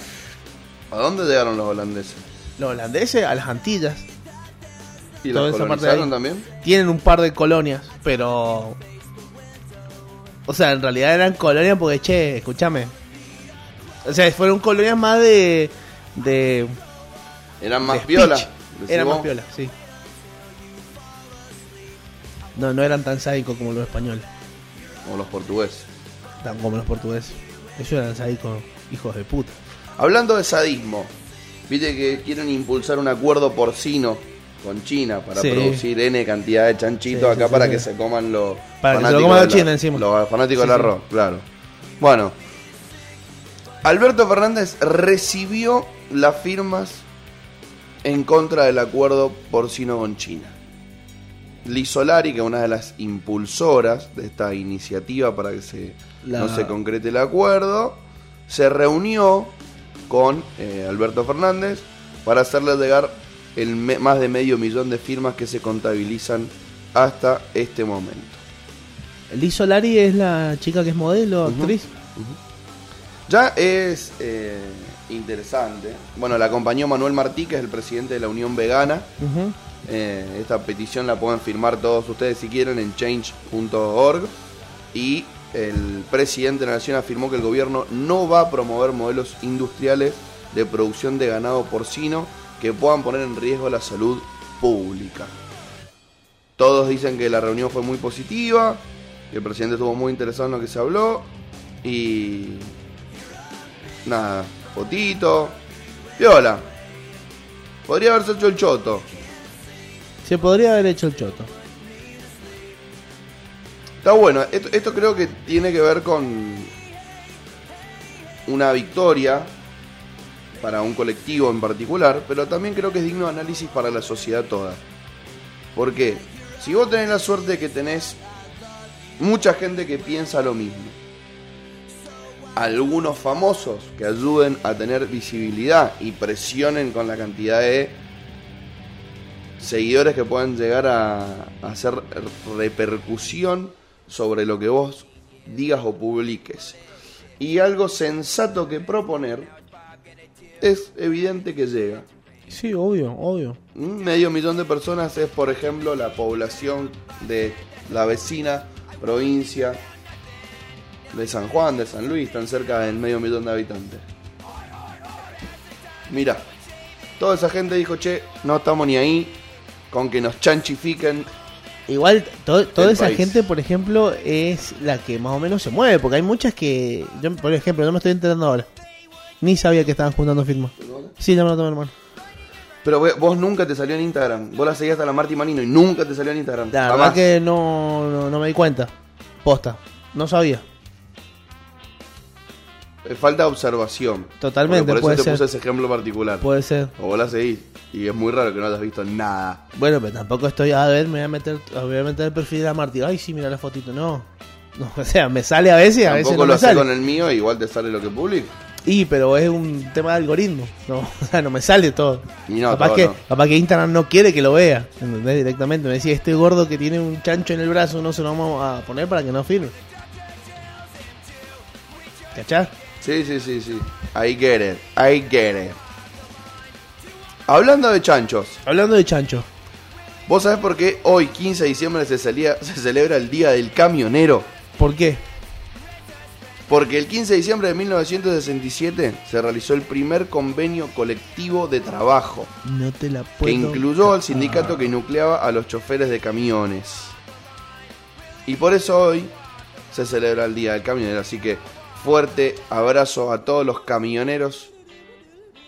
Speaker 1: ¿a dónde llegaron los holandeses?
Speaker 2: Los holandeses a las Antillas
Speaker 1: ¿Y
Speaker 2: Toda
Speaker 1: los
Speaker 2: esa parte de ahí.
Speaker 1: colonizaron también?
Speaker 2: tienen un par de colonias, pero... O sea, en realidad eran colonias porque, che, escúchame. O sea, fueron colonias más de... de
Speaker 1: Eran
Speaker 2: de
Speaker 1: más
Speaker 2: speech.
Speaker 1: piolas.
Speaker 2: Eran más piola, sí. No, no eran tan sádicos como los españoles,
Speaker 1: O los portugueses.
Speaker 2: tan como los portugueses. Ellos eran sádicos, hijos de puta.
Speaker 1: Hablando de sadismo, viste que quieren impulsar un acuerdo porcino con China para
Speaker 2: Sí.
Speaker 1: producir N cantidad de chanchitos
Speaker 2: Sí, sí,
Speaker 1: acá
Speaker 2: sí,
Speaker 1: para
Speaker 2: sí.
Speaker 1: que se coman los
Speaker 2: Para que se lo
Speaker 1: fanáticos
Speaker 2: coman
Speaker 1: de
Speaker 2: los
Speaker 1: la-
Speaker 2: chinos encima.
Speaker 1: Los fanáticos
Speaker 2: Sí,
Speaker 1: del
Speaker 2: sí.
Speaker 1: arroz, claro. Bueno, Alberto Fernández recibió las firmas en contra del acuerdo porcino con China. Liz Solari, que es una de las impulsoras de esta iniciativa para que se,
Speaker 2: La-
Speaker 1: no se concrete el acuerdo, se reunió con eh, Alberto Fernández para hacerle llegar el me- más de medio millón de firmas que se contabilizan hasta este momento.
Speaker 2: Liz Solari es la chica que es modelo,
Speaker 1: Ujú.
Speaker 2: actriz.
Speaker 1: Ya es eh, interesante. Bueno, la acompañó Manuel Martí, que es el presidente de la Unión Vegana.
Speaker 2: Ujú.
Speaker 1: Eh, esta petición la pueden firmar todos ustedes si quieren en change.org. Y el presidente de la Nación afirmó que el gobierno no va a promover modelos industriales de producción de ganado porcino que puedan poner en riesgo la salud pública. Todos dicen que la reunión fue muy positiva, que el presidente estuvo muy interesado en lo que se habló y nada, fotito, viola. Podría haberse hecho el choto,
Speaker 2: Se podría haber hecho el choto.
Speaker 1: Está bueno, esto, esto creo que tiene que ver con una victoria para un colectivo en particular, pero también creo que es digno de análisis para la sociedad toda. ¿Por qué? Si vos tenés la suerte que tenés mucha gente que piensa lo mismo, algunos famosos que ayuden a tener visibilidad y presionen con la cantidad de seguidores que puedan llegar a, a hacer repercusión sobre lo que vos digas o publiques. Y algo sensato que proponer es evidente que llega.
Speaker 2: Sí, obvio, obvio.
Speaker 1: Un Medio millón de personas es, por ejemplo, la población de la vecina provincia de San Juan, de San Luis, tan cerca del medio millón de habitantes. Mira, toda esa gente dijo, che, no estamos ni ahí con que nos chanchifiquen.
Speaker 2: Igual, to- toda
Speaker 1: Del
Speaker 2: esa
Speaker 1: país.
Speaker 2: gente, por ejemplo, es la que más o menos se mueve, porque hay muchas que, yo, por ejemplo, no me estoy enterando ahora. Ni sabía que estaban juntando firmas. Sí, ya me lo tomé, hermano.
Speaker 1: Pero ve- vos nunca te salió en Instagram. Vos la seguías hasta la Marti Manino y nunca te salió en Instagram.
Speaker 2: La
Speaker 1: Jamás.
Speaker 2: verdad que no, no, no me di cuenta. Posta. No sabía.
Speaker 1: Eh, Falta observación.
Speaker 2: Totalmente,
Speaker 1: Porque por
Speaker 2: puede
Speaker 1: eso te
Speaker 2: ser.
Speaker 1: puse ese ejemplo particular.
Speaker 2: Puede ser.
Speaker 1: O vos la seguís. Y es muy raro que no hayas visto nada.
Speaker 2: Bueno, pero tampoco estoy. A ver, me voy a meter, me voy a meter el perfil de la Marti. Ay, sí, mira la fotito. No. No, (laughs) o sea, me sale a veces, a veces
Speaker 1: Tampoco
Speaker 2: no
Speaker 1: lo
Speaker 2: me
Speaker 1: haces
Speaker 2: sale.
Speaker 1: con el mío, igual te sale lo que publico.
Speaker 2: Y, pero es un tema de algoritmo. No, (laughs) o sea, no me sale todo.
Speaker 1: Y no,
Speaker 2: capaz,
Speaker 1: todo
Speaker 2: que,
Speaker 1: no.
Speaker 2: capaz que Instagram no quiere que lo vea. ¿Entendés? Directamente. Me decía, este gordo que tiene un chancho en el brazo, no se lo vamos a poner para que no firme. ¿Cachás?
Speaker 1: Sí, sí, sí, sí. I get it. I get it. Hablando de chanchos,
Speaker 2: Hablando de chancho.
Speaker 1: ¿vos sabés por qué hoy, 15 de diciembre, se, celía- se celebra el Día del Camionero?
Speaker 2: ¿Por qué?
Speaker 1: Porque el 15 de diciembre de 1967 se realizó el primer convenio colectivo de trabajo
Speaker 2: No te la
Speaker 1: que
Speaker 2: puedo.
Speaker 1: incluyó al sindicato que nucleaba a los choferes de camiones. Y por eso hoy se celebra el Día del Camionero, así que fuerte abrazo a todos los camioneros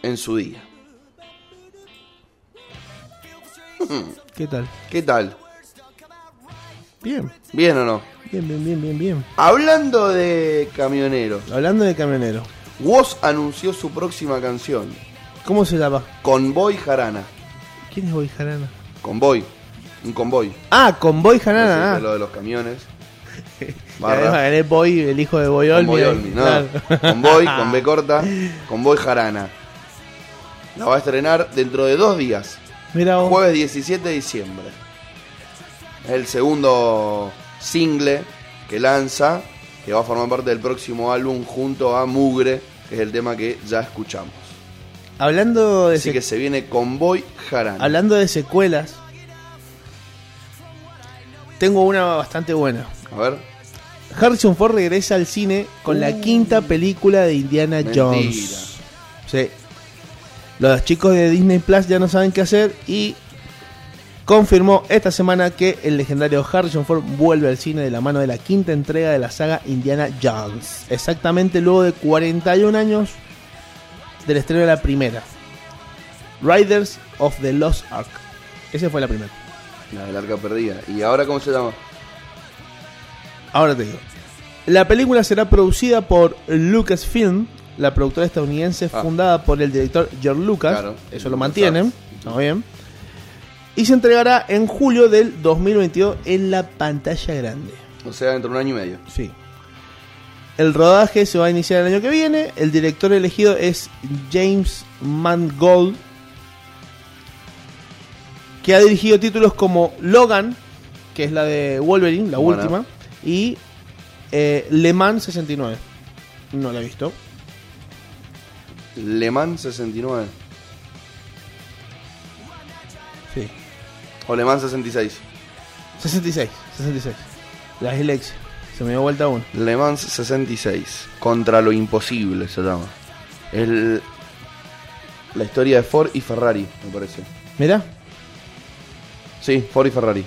Speaker 1: en su día.
Speaker 2: ¿Qué tal?
Speaker 1: ¿Qué tal?
Speaker 2: Bien,
Speaker 1: ¿Bien o no?
Speaker 2: bien, bien, bien, bien, bien.
Speaker 1: Hablando de camioneros,
Speaker 2: Hablando de camionero,
Speaker 1: Woz anunció su próxima canción,
Speaker 2: ¿cómo se llama?
Speaker 1: Convoy Jarana.
Speaker 2: ¿Quién es Boy Jarana?
Speaker 1: Convoy, un convoy.
Speaker 2: Ah, con Boy
Speaker 1: Ese
Speaker 2: Jarana.
Speaker 1: es
Speaker 2: Ah.
Speaker 1: lo de los
Speaker 2: (laughs)
Speaker 1: camiones.
Speaker 2: Ya ves,
Speaker 1: Barra.
Speaker 2: eres Boy, el hijo de Boy Olmi.
Speaker 1: Convoy
Speaker 2: ahí,
Speaker 1: Olmi, ¿no?
Speaker 2: claro.
Speaker 1: Convoy, con B corta, Convoy Jarana. La va a estrenar dentro de dos días,
Speaker 2: (laughs) Mira vos.
Speaker 1: jueves 17 de diciembre. Es el segundo single que lanza, que va a formar parte del próximo álbum junto a Mugre, que es el tema que ya escuchamos.
Speaker 2: Hablando de,
Speaker 1: Así
Speaker 2: sec-
Speaker 1: que se viene Convoy Jarana.
Speaker 2: hablando de secuelas, tengo una bastante buena.
Speaker 1: A ver,
Speaker 2: Harrison Ford regresa al cine con la quinta película de Indiana
Speaker 1: Uh. Mentira.
Speaker 2: Jones. Sí. Los chicos de Disney Plus ya no saben qué hacer y confirmó esta semana que el legendario Harrison Ford vuelve al cine de la mano de la quinta entrega de la saga Indiana Jones. Exactamente luego de 41 años del estreno de la primera. Riders of the Lost Ark. Esa fue la primera.
Speaker 1: la del arca perdida. ¿Y ahora cómo se llama?
Speaker 2: Ahora te digo. La película será producida por Lucasfilm, la productora estadounidense
Speaker 1: Ah.
Speaker 2: fundada por el director George Lucas.
Speaker 1: Claro.
Speaker 2: Eso lo mantienen. Está bien. Y se entregará en julio del 2022 en la pantalla grande.
Speaker 1: O sea, dentro de un año y medio.
Speaker 2: Sí. El rodaje se va a iniciar el año que viene. El director elegido es James Mangold, que ha dirigido títulos como Logan, que es la de Wolverine, la
Speaker 1: Bueno.
Speaker 2: última, y eh, Le Mans 69. No la he visto.
Speaker 1: Le Mans 69.
Speaker 2: Sí.
Speaker 1: O Le Mans 66.
Speaker 2: 66, 66. La Lex. Se me dio vuelta uno.
Speaker 1: Le Mans 66. Contra lo imposible se llama. El, la historia de Ford y Ferrari, me parece.
Speaker 2: Mirá.
Speaker 1: Sí, Ford y Ferrari.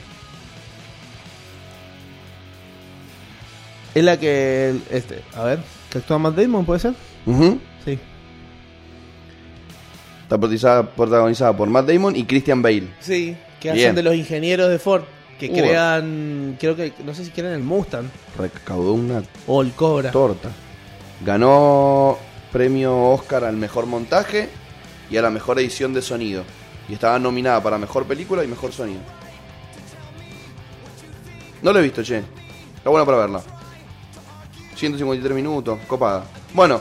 Speaker 2: Es la que. el- Este, a ver. ¿Que actúa Matt Damon, puede ser?
Speaker 1: Ujú.
Speaker 2: Sí.
Speaker 1: Está protagonizada, protagonizada por Matt Damon y Christian Bale.
Speaker 2: Sí, que
Speaker 1: Bien.
Speaker 2: hacen de los ingenieros de Ford, que
Speaker 1: Uh.
Speaker 2: crean, creo que, no sé si crean el Mustang
Speaker 1: Recaudó una
Speaker 2: o el Cobra.
Speaker 1: torta. Ganó premio Oscar al mejor montaje y a la mejor edición de sonido. Y estaba nominada para mejor película y mejor sonido. No lo he visto, che. Está bueno para verla. 153 minutos, copada. Bueno,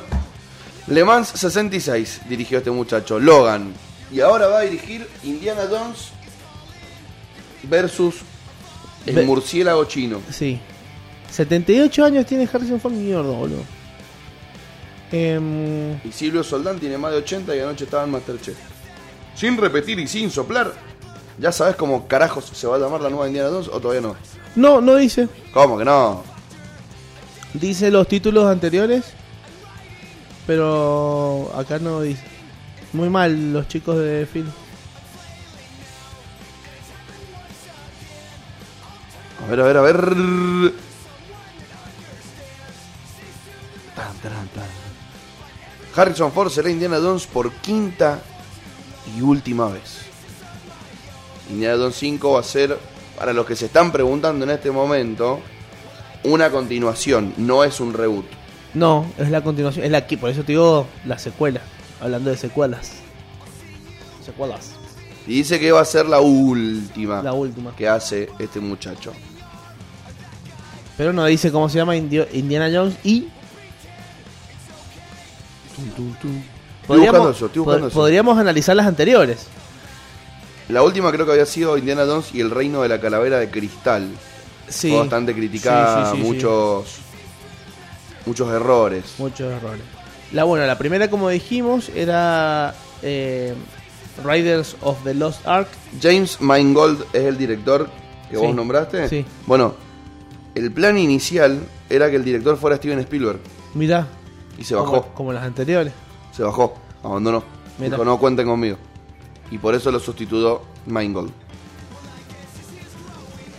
Speaker 1: Le Mans 66 dirigió este muchacho, Logan. Y ahora va a dirigir Indiana Jones versus el
Speaker 2: Ve-
Speaker 1: murciélago chino.
Speaker 2: Sí. 78 años tiene Harrison Ford, mierda, boludo. Em,
Speaker 1: Y Silvio Soldán tiene más de 80 y anoche estaba en Masterchef. Sin repetir y sin soplar, ¿ya sabes cómo carajos se va a llamar la nueva Indiana Jones o todavía no?
Speaker 2: no, no dice.
Speaker 1: ¿Cómo que no?
Speaker 2: Dice los títulos anteriores, pero acá no dice. Muy mal los chicos de Phil.
Speaker 1: A ver, a ver, a ver. Tan, taran, tan. Harrison Ford será Indiana Jones por quinta y última vez. Indiana Jones 5 va a ser, para los que se están preguntando en este momento, una continuación, no es un reboot.
Speaker 2: No, es la continuación, es la que, por eso te digo la secuela, hablando de secuelas. Secuelas.
Speaker 1: Y dice que va a ser la última
Speaker 2: La última.
Speaker 1: que hace este muchacho.
Speaker 2: Pero no dice cómo se llama Indio- Indiana Jones y
Speaker 1: Tum, tum, tum. Estoy buscando
Speaker 2: podríamos,
Speaker 1: eso, estoy buscando
Speaker 2: pod-
Speaker 1: eso.
Speaker 2: podríamos analizar las anteriores.
Speaker 1: La última creo que había sido Indiana Jones y el reino de la calavera de cristal.
Speaker 2: Sí.
Speaker 1: Fue bastante criticada,
Speaker 2: Sí, sí, sí, sí.
Speaker 1: muchos muchos errores.
Speaker 2: Muchos errores. La bueno, la primera como dijimos era eh, Riders of the Lost Ark.
Speaker 1: James Mangold es el director que
Speaker 2: Sí.
Speaker 1: vos nombraste.
Speaker 2: Sí.
Speaker 1: Bueno, el plan inicial era que el director fuera Steven Spielberg
Speaker 2: Mirá,
Speaker 1: y se
Speaker 2: como-
Speaker 1: bajó,
Speaker 2: Como, las anteriores.
Speaker 1: se bajó, abandonó.
Speaker 2: Mira.
Speaker 1: Dijo, no cuenten conmigo. Y por eso lo sustituyó Mangold.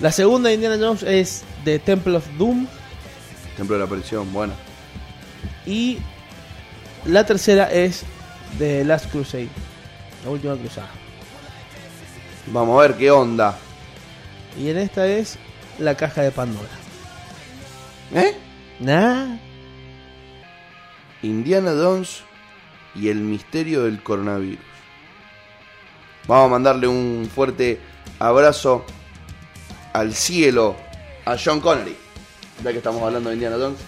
Speaker 2: La segunda de Indiana Jones es The Temple of Doom
Speaker 1: Templo de la aparición, buena.
Speaker 2: y la tercera es The Last Crusade, la última cruzada.
Speaker 1: Vamos a ver qué onda.
Speaker 2: Y en esta es la caja de Pandora.
Speaker 1: ¿Eh?
Speaker 2: Nah.
Speaker 1: Indiana Jones y el misterio del coronavirus. Vamos a mandarle un fuerte abrazo al cielo a John Connery, ya que estamos hablando de Indiana Jones,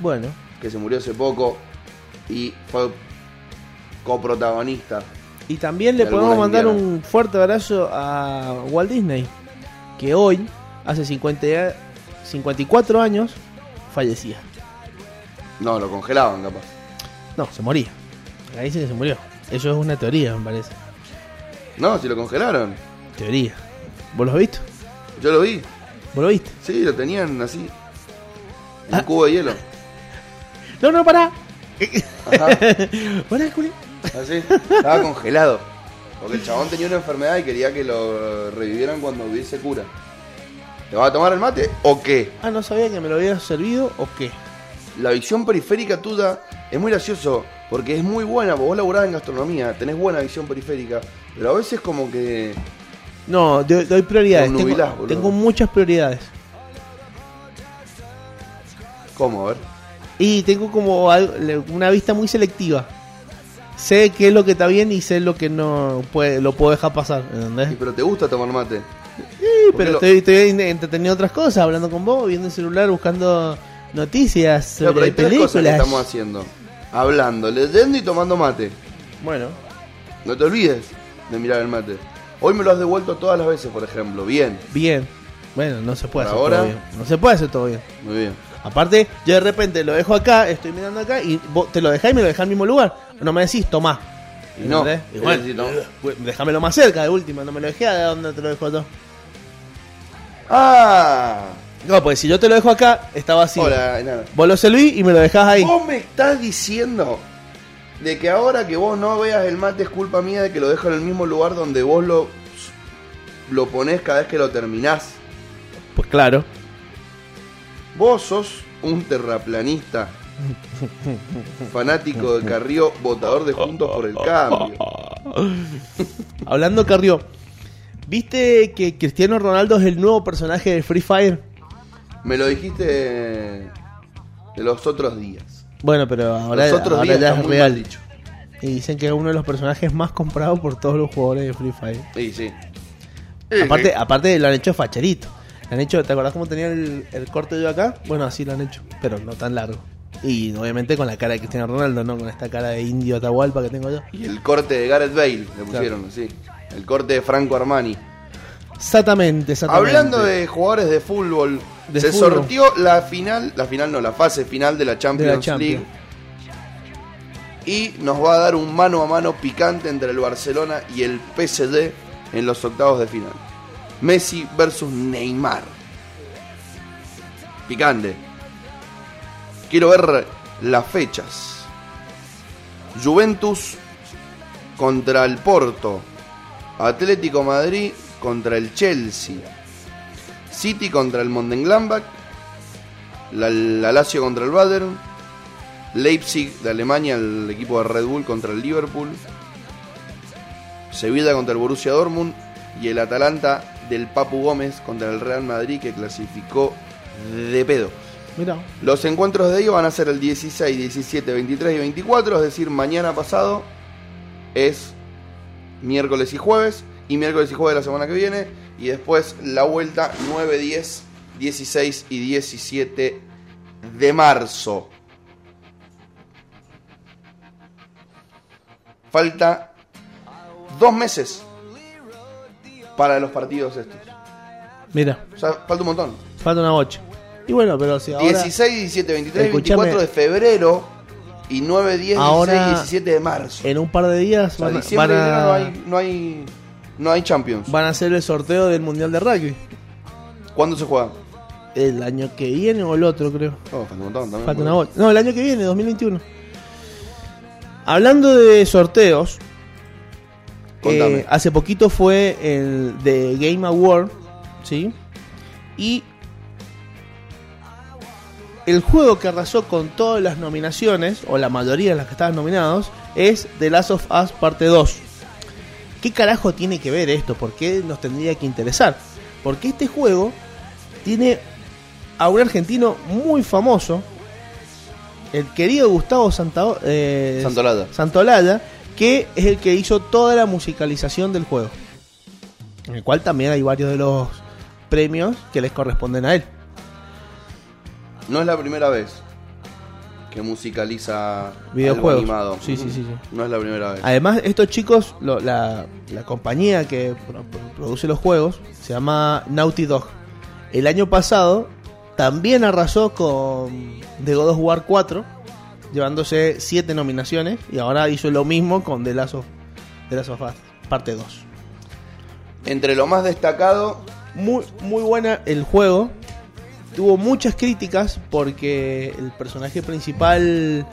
Speaker 2: Bueno,
Speaker 1: que se murió hace poco y fue coprotagonista.
Speaker 2: y también le
Speaker 1: Y
Speaker 2: podemos
Speaker 1: algunas
Speaker 2: mandar
Speaker 1: Indiana.
Speaker 2: un fuerte abrazo a Walt Disney, que hoy, hace 50, y- 54 años, fallecía.
Speaker 1: No, lo congelaban capaz.
Speaker 2: No, se moría. Acá dice que se murió. Eso es una teoría, me parece.
Speaker 1: No, si lo congelaron.
Speaker 2: Teoría. ¿Vos lo has visto?
Speaker 1: Yo lo vi.
Speaker 2: ¿Vos lo viste?
Speaker 1: Sí, lo tenían así. En un
Speaker 2: Ah.
Speaker 1: cubo de hielo.
Speaker 2: No, no, pará.
Speaker 1: Ajá,
Speaker 2: (laughs) Pará, Juli.
Speaker 1: así. Ah, Estaba congelado. Porque el chabón tenía una enfermedad y quería que lo revivieran cuando hubiese cura. ¿Te vas a tomar el mate o qué?
Speaker 2: Ah, no sabía que me lo había servido o qué.
Speaker 1: La visión periférica tuya es muy gracioso porque es muy buena. porque Vos laburás en gastronomía, tenés buena visión periférica, pero a veces como que
Speaker 2: No, doy, doy prioridades.
Speaker 1: Lo
Speaker 2: Tengo,
Speaker 1: nubilás, boludo.
Speaker 2: tengo muchas prioridades.
Speaker 1: ¿cómo? A ver.
Speaker 2: Y tengo como algo- le- una vista muy selectiva. Sé qué es lo que está bien y sé lo que no puede, lo puedo dejar pasar, ¿entendés?
Speaker 1: Y,
Speaker 2: Sí,
Speaker 1: pero te gusta tomar mate. ¿por qué
Speaker 2: pero
Speaker 1: lo-
Speaker 2: estoy, estoy en- entretenido en otras cosas, hablando con vos, viendo el celular, buscando noticias
Speaker 1: Claro, pero
Speaker 2: sobre
Speaker 1: hay tres cosas que
Speaker 2: películas.
Speaker 1: estamos haciendo. Hablando, leyendo y tomando mate.
Speaker 2: Bueno,
Speaker 1: No te olvides de mirar el mate. Hoy me lo has devuelto todas las veces, por ejemplo. Bien,
Speaker 2: bien. Bueno, no se puede
Speaker 1: Por
Speaker 2: hacer
Speaker 1: ahora-
Speaker 2: todo bien. No se puede hacer todo bien.
Speaker 1: muy bien.
Speaker 2: Aparte, yo de repente lo dejo acá, estoy mirando acá y vos te lo dejás y me lo dejás al mismo lugar. No me decís, tomá.
Speaker 1: Y no,
Speaker 2: ¿Entendés?
Speaker 1: es
Speaker 2: Igual,
Speaker 1: decir, no.
Speaker 2: pues, Déjamelo más cerca de última, no me lo dejé a donde te lo dejo yo.
Speaker 1: Ah,
Speaker 2: No, pues si yo te lo dejo acá, está vacío.
Speaker 1: hola, Oh. enano.
Speaker 2: Vos lo servís y me lo dejás ahí.
Speaker 1: Vos me estás diciendo de que ahora que vos no veas el mate es culpa mía de que lo dejo en el mismo lugar donde vos lo, lo ponés cada vez que lo terminás.
Speaker 2: Pues claro.
Speaker 1: Vos sos un terraplanista. Fanático de Carrió, votador de Juntos por el Cambio.
Speaker 2: Hablando Carrió, ¿viste que Cristiano Ronaldo es el nuevo personaje de Free Fire?
Speaker 1: Me lo dijiste de los otros días.
Speaker 2: Bueno, pero ahora,
Speaker 1: los otros
Speaker 2: ahora
Speaker 1: días
Speaker 2: ya
Speaker 1: está
Speaker 2: es
Speaker 1: muy
Speaker 2: real.
Speaker 1: mal dicho.
Speaker 2: Y dicen que es uno de los personajes más comprados por todos los jugadores de Free Fire.
Speaker 1: Sí, sí.
Speaker 2: Aparte, aparte lo han hecho facherito. Han hecho, ¿te acordás cómo tenía el, el corte yo acá? Bueno, así lo han hecho, pero no tan largo. Y obviamente con la cara de Cristiano Ronaldo, no con esta cara de indio atahualpa que tengo yo.
Speaker 1: Y el corte de Gareth Bale le pusieron, sí. El corte de Franco Armani.
Speaker 2: Exactamente, exactamente.
Speaker 1: Hablando de jugadores de fútbol,
Speaker 2: De
Speaker 1: se
Speaker 2: fútbol.
Speaker 1: sortió la final, la final no, la fase final de la Champions,
Speaker 2: Champions.
Speaker 1: League. Y nos va a dar un mano a mano picante entre el Barcelona y el PSG en los octavos de final. Messi versus Neymar. Picante. Quiero ver las fechas. Juventus contra el Porto. Atlético Madrid contra el Chelsea. City contra el Mönchengladbach. La, la Lazio contra el Bayern. Leipzig de Alemania, el equipo de Red Bull contra el Liverpool. Sevilla contra el Borussia Dortmund. Y el Atalanta del Papu Gómez contra el Real Madrid que clasificó de pedo.
Speaker 2: Mira,
Speaker 1: Los encuentros de ellos van a ser el 16, 17, 23 y 24, es decir, mañana pasado es miércoles y jueves, y miércoles y jueves la semana que viene, y después la vuelta 9, 10, 16 y 17 de marzo. Falta dos meses para los partidos estos.
Speaker 2: mira,
Speaker 1: O sea, falta un montón.
Speaker 2: falta una 8. Y bueno, pero si ahora.
Speaker 1: 16, 17, 23,
Speaker 2: Escuchame.
Speaker 1: 24 de febrero y 9, 10,
Speaker 2: Ahora-
Speaker 1: 16, 17 de marzo.
Speaker 2: En un par de días
Speaker 1: O sea,
Speaker 2: van, a-
Speaker 1: diciembre
Speaker 2: van
Speaker 1: y enero no
Speaker 2: a,
Speaker 1: hay, no hay, no hay Champions.
Speaker 2: van a hacer el sorteo del Mundial de Rugby.
Speaker 1: ¿Cuándo se juega?
Speaker 2: El año que viene o el otro, creo.
Speaker 1: Oh, falta un montón también.
Speaker 2: Falta una bocha. No, el año que viene, 2021. Hablando de sorteos,
Speaker 1: Contame.
Speaker 2: eh, hace poquito fue el de Game Award, ¿sí? Y el juego que arrasó con todas las nominaciones, o la mayoría de las que estaban nominados, es The Last of Us Parte 2. ¿Qué carajo tiene que ver esto? ¿Por qué nos tendría que interesar? Porque este juego tiene a un argentino muy famoso, el querido Gustavo Santao- eh,
Speaker 1: Santolada.
Speaker 2: Santolalla, que es el que hizo toda la musicalización del juego. En el cual también hay varios de los premios que les corresponden a él.
Speaker 1: No es la primera vez que musicaliza
Speaker 2: Videojuegos.
Speaker 1: algo animado.
Speaker 2: Sí, sí, sí, sí.
Speaker 1: No es la primera vez.
Speaker 2: Además, estos chicos, lo- la, la compañía que pro- pro- produce los juegos, se llama Naughty Dog. El año pasado también arrasó con The God of War 4, llevándose 7 nominaciones, y ahora hizo lo mismo con The Last of, The Last of Us, parte 2.
Speaker 1: Entre lo más destacado,
Speaker 2: muy, muy buena el juego. Tuvo muchas críticas porque el personaje principal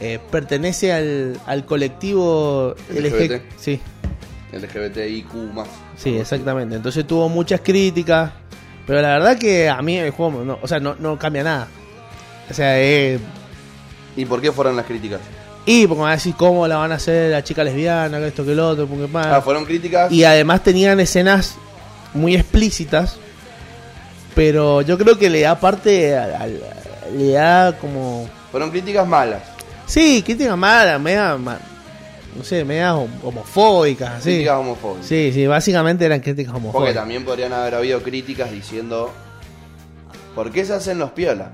Speaker 2: eh, pertenece al, al colectivo
Speaker 1: LGBT.
Speaker 2: LG Sí,
Speaker 1: el LGBTIQ más.
Speaker 2: sí, exactamente. Entonces tuvo muchas críticas. Pero la verdad que a mí el juego no, o sea, no, no cambia nada. O sea, eh,
Speaker 1: ¿Y por qué fueron las críticas?
Speaker 2: y porque me van a decir cómo la van a hacer la chica lesbiana, que esto que el otro, porque más.
Speaker 1: Ah, fueron críticas.
Speaker 2: Y además tenían escenas muy explícitas. Pero yo creo que le da parte. al- al- le da como.
Speaker 1: Fueron críticas malas.
Speaker 2: Sí, críticas malas, media. ma- no sé, media hom- homofóbicas, así.
Speaker 1: Críticas homofóbicas.
Speaker 2: Sí, sí, básicamente eran críticas
Speaker 1: Porque
Speaker 2: homofóbicas.
Speaker 1: también podrían haber habido críticas diciendo, ¿por qué se hacen los piola?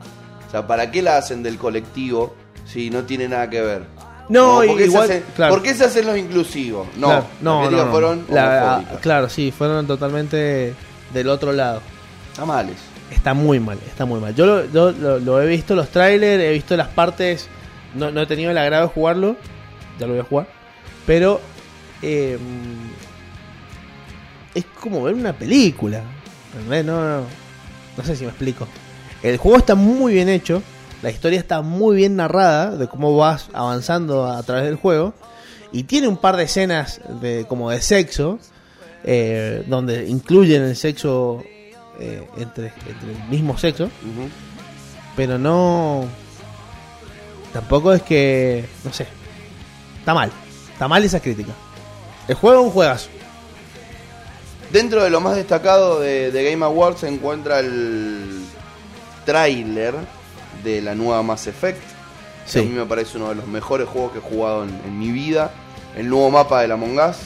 Speaker 1: O sea, ¿para qué la hacen del colectivo si no tiene nada que ver? Como,
Speaker 2: No,
Speaker 1: ¿por qué se
Speaker 2: igual.
Speaker 1: hacen-
Speaker 2: claro.
Speaker 1: ¿Por qué se hacen los inclusivos? No,
Speaker 2: Claro,
Speaker 1: las
Speaker 2: no, no,
Speaker 1: críticas
Speaker 2: no.
Speaker 1: fueron
Speaker 2: La- ah,
Speaker 1: homofóbicas.
Speaker 2: Claro, sí, fueron totalmente del otro lado.
Speaker 1: Está mal eso.
Speaker 2: Está muy mal, está muy mal. Yo lo, yo lo- lo he visto los trailers, he visto las partes. No, no he tenido el agrado de jugarlo. Ya lo voy a jugar. Pero. eh, es como ver una película. ¿entendés? No, no, no sé si me explico. El juego está muy bien hecho. La historia está muy bien narrada. De cómo vas avanzando a través del juego. Y tiene un par de escenas de, como de sexo. eh, donde incluyen el sexo eh, entre, entre el mismo sexo,
Speaker 1: Ujú.
Speaker 2: pero no. Tampoco es que. No sé. Está mal. Está mal esa crítica. El juego es un juegazo.
Speaker 1: Dentro de lo más destacado de, de Game Awards se encuentra el tráiler de la nueva Mass Effect. que A mí
Speaker 2: Sí.
Speaker 1: me parece uno de los mejores juegos que he jugado en, en mi vida. El nuevo mapa de la Among Us.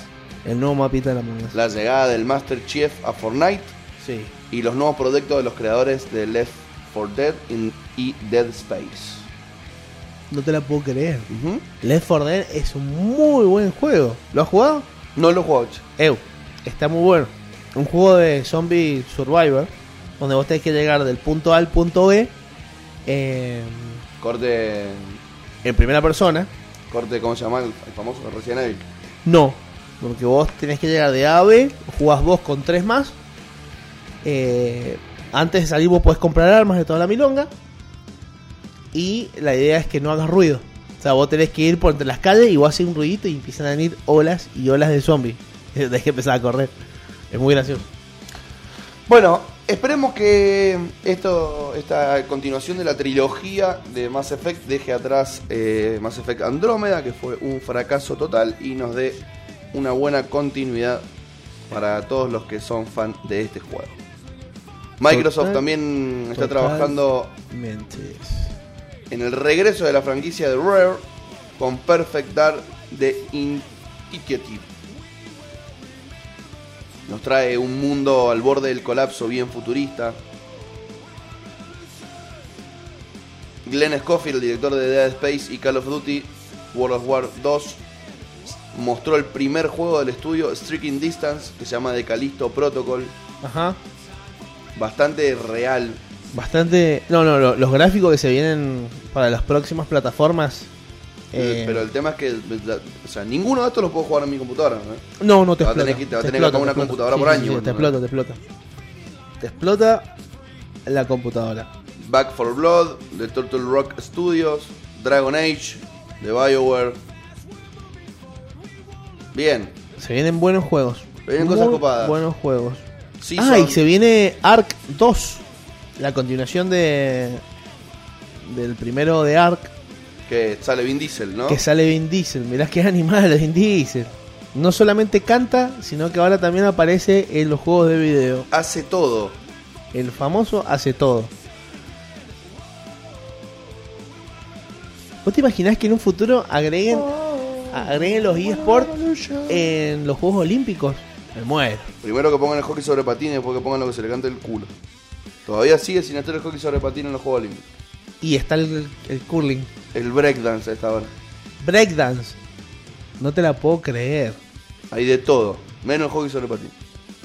Speaker 2: El nuevo mapita de la moneda.
Speaker 1: la llegada del Master Chief a Fortnite
Speaker 2: Sí.
Speaker 1: y los nuevos proyectos de los creadores de Left 4 Dead in- y Dead Space.
Speaker 2: No te la puedo creer.
Speaker 1: Ujú.
Speaker 2: Left 4 Dead es un muy buen juego. ¿Lo has jugado?
Speaker 1: No lo juego. che.
Speaker 2: Ew, está muy bueno. Un juego de zombie survivor, donde vos tenés que llegar del punto A al punto B eh,
Speaker 1: Corte,
Speaker 2: en primera persona.
Speaker 1: corte, ¿cómo se llama? El, el famoso Resident Evil.
Speaker 2: No, porque vos tenés que llegar de A a B, jugás vos con tres más. eh, antes de salir vos podés comprar armas de toda la milonga. Y la idea es que no hagas ruido. O sea, vos tenés que ir por entre las calles y vos haces un ruidito y empiezan a venir olas y olas de zombies. (laughs) Tenés que empezar a correr. Es muy gracioso.
Speaker 1: Bueno, esperemos que esto, esta continuación de la trilogía de Mass Effect deje atrás eh, Mass Effect Andrómeda, que fue un fracaso total, y nos dé una buena continuidad para todos los que son fan de este juego. Microsoft
Speaker 2: Total-
Speaker 1: también está
Speaker 2: total-
Speaker 1: trabajando
Speaker 2: Mentes.
Speaker 1: en el regreso de la franquicia de Rare con Perfect Dark de Initiative. Nos trae un mundo al borde del colapso bien futurista. Glenn Scofield, el director de Dead Space y Call of Duty World of War 2, mostró el primer juego del estudio, Striking Distance, que se llama The Callisto Protocol.
Speaker 2: Ajá.
Speaker 1: Bastante real,
Speaker 2: Bastante. No, no, lo- los gráficos que se vienen para las próximas plataformas. eh,
Speaker 1: Pero el tema es que la- o sea, ninguno de estos los puedo jugar en mi computadora. ¿eh?
Speaker 2: No, no
Speaker 1: Te
Speaker 2: te
Speaker 1: va a
Speaker 2: explota.
Speaker 1: tener que- te va a tener que
Speaker 2: explota,
Speaker 1: comprar una
Speaker 2: te explota.
Speaker 1: computadora
Speaker 2: Sí,
Speaker 1: por
Speaker 2: sí,
Speaker 1: año,
Speaker 2: sí, te
Speaker 1: boludo.
Speaker 2: explota, te explota. Te explota la computadora.
Speaker 1: Back for Blood, de Turtle Rock Studios, Dragon Age, de BioWare. Bien.
Speaker 2: Se vienen buenos juegos.
Speaker 1: Se vienen cosas
Speaker 2: Muy
Speaker 1: copadas.
Speaker 2: Buenos juegos.
Speaker 1: Season,
Speaker 2: ah, y se viene Ark 2. La continuación de. Del primero de Ark.
Speaker 1: que sale Vin Diesel, ¿no?
Speaker 2: que sale Vin Diesel. Mirá qué animal Vin Diesel. No solamente canta, sino que ahora también aparece en los juegos de video.
Speaker 1: Hace todo.
Speaker 2: El famoso hace todo. ¿Vos te imaginás que en un futuro agreguen, agreguen los eSports en los Juegos Olímpicos? Me muero.
Speaker 1: Primero que pongan el hockey sobre patines, después que pongan lo que se le cante el culo. Todavía sigue sin estar el hockey sobre patines en los Juegos Olímpicos.
Speaker 2: Y está el, el curling.
Speaker 1: El breakdance a esta hora.
Speaker 2: Breakdance. No te la puedo creer.
Speaker 1: Hay de todo, menos el hockey sobre patines.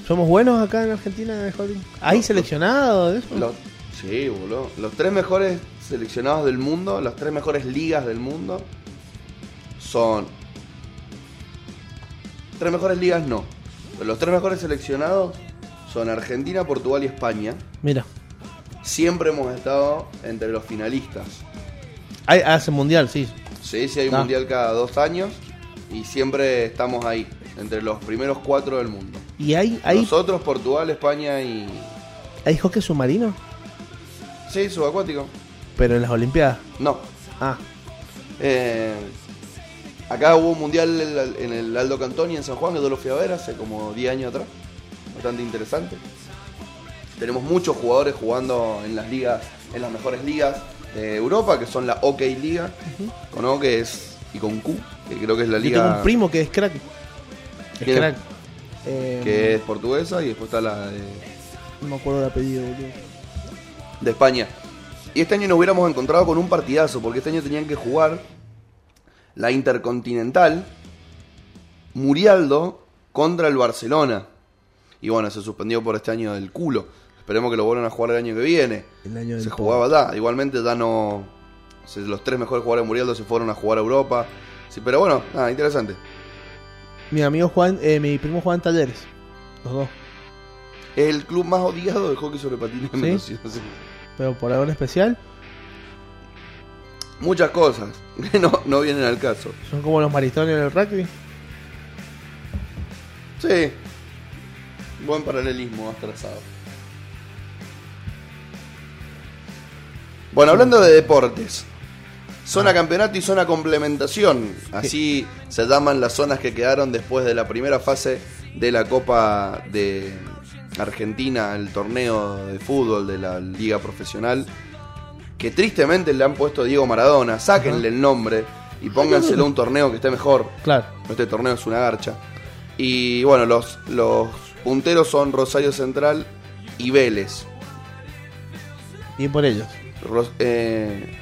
Speaker 2: ¿Somos buenos acá en Argentina de hockey? ¿Hay seleccionado? de eso?
Speaker 1: Los- sí, boludo. Los tres mejores seleccionados del mundo, las tres mejores ligas del mundo son. Tres mejores ligas no. Pero los tres mejores seleccionados son Argentina, Portugal y España.
Speaker 2: Mira.
Speaker 1: Siempre hemos estado entre los finalistas.
Speaker 2: Hay- hace mundial, sí.
Speaker 1: Sí, sí, hay un
Speaker 2: Ah.
Speaker 1: mundial cada dos años y siempre estamos ahí, entre los primeros cuatro del mundo.
Speaker 2: ¿Y hay, hay,
Speaker 1: Nosotros, Portugal, España y.
Speaker 2: hay hockey submarino?
Speaker 1: Sí, subacuático.
Speaker 2: Pero en las Olimpiadas.
Speaker 1: No,
Speaker 2: Ah,
Speaker 1: Eh, acá hubo un mundial en la- en el Aldo Cantoni en San Juan, que yo lo fui a ver hace como 10 años atrás. Bastante interesante. Tenemos muchos jugadores jugando en las ligas, en las mejores ligas de Europa, que son la OK Liga, con O que es, y con Q, que creo que es la
Speaker 2: yo tengo
Speaker 1: liga
Speaker 2: un primo que es crack. Es
Speaker 1: ¿Quién es?
Speaker 2: crack. Eh,
Speaker 1: que es portuguesa, y después está la de
Speaker 2: No me acuerdo el apellido, boludo.
Speaker 1: de España. Y este año nos hubiéramos encontrado con un partidazo, porque este año tenían que jugar la Intercontinental, Murialdo, contra el Barcelona. Y bueno, se suspendió por este año del culo. Esperemos que lo vuelvan a jugar el año que viene.
Speaker 2: El año del
Speaker 1: Se
Speaker 2: po-
Speaker 1: jugaba ya, igualmente ya no... se- Los tres mejores jugadores de Murialdo se fueron a jugar a Europa. Sí, pero bueno, nada, interesante.
Speaker 2: Mi amigo Juan, eh, mi primo Juan Talleres. Los dos.
Speaker 1: Es el club más odiado del hockey sobre patines. en
Speaker 2: ¿Sí?
Speaker 1: Mendoza, sí.
Speaker 2: Pero por algo en especial,
Speaker 1: Muchas cosas (laughs) que no, no vienen al caso.
Speaker 2: son como los maristones del rugby.
Speaker 1: Sí. Buen paralelismo, has trazado. Bueno, hablando de deportes. Zona campeonato y zona complementación. Así se llaman las zonas que quedaron después de la primera fase de la Copa de Argentina, el torneo de fútbol de la liga profesional. Que tristemente le han puesto Diego Maradona. Sáquenle el nombre y pónganselo a un torneo que esté mejor.
Speaker 2: Claro.
Speaker 1: Este torneo es una garcha. Y bueno, los, los punteros son Rosario Central y Vélez.
Speaker 2: Bien por ellos.
Speaker 1: Ros- eh,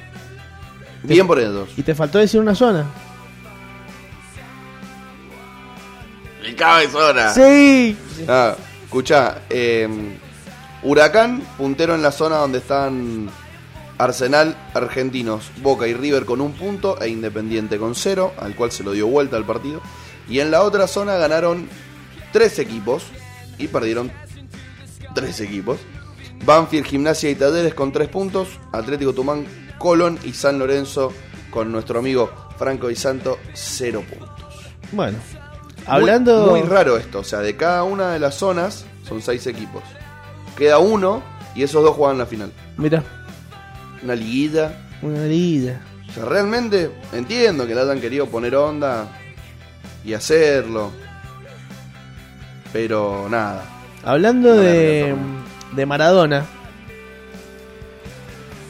Speaker 1: bien por ellos.
Speaker 2: Y te faltó decir una zona.
Speaker 1: El cabezona.
Speaker 2: Sí.
Speaker 1: Ah, escucha, Huracán, puntero en la zona donde están Arsenal, Argentinos, Boca y River con un punto e Independiente con cero, al cual se lo dio vuelta el partido. Y en la otra zona ganaron tres equipos y perdieron tres equipos. Banfield, Gimnasia y Talleres con tres puntos, Atlético Tumán, Colón y San Lorenzo con nuestro amigo Franco y Santo cero puntos.
Speaker 2: Bueno. Hablando.
Speaker 1: Muy, muy raro esto, o sea, de cada una de las zonas son seis equipos. Queda uno y esos dos juegan la final.
Speaker 2: Mirá,
Speaker 1: Una liguilla.
Speaker 2: una herida.
Speaker 1: O sea, realmente entiendo que la hayan querido poner onda y hacerlo. Pero nada.
Speaker 2: Hablando
Speaker 1: No,
Speaker 2: de,
Speaker 1: no, no,
Speaker 2: de Maradona,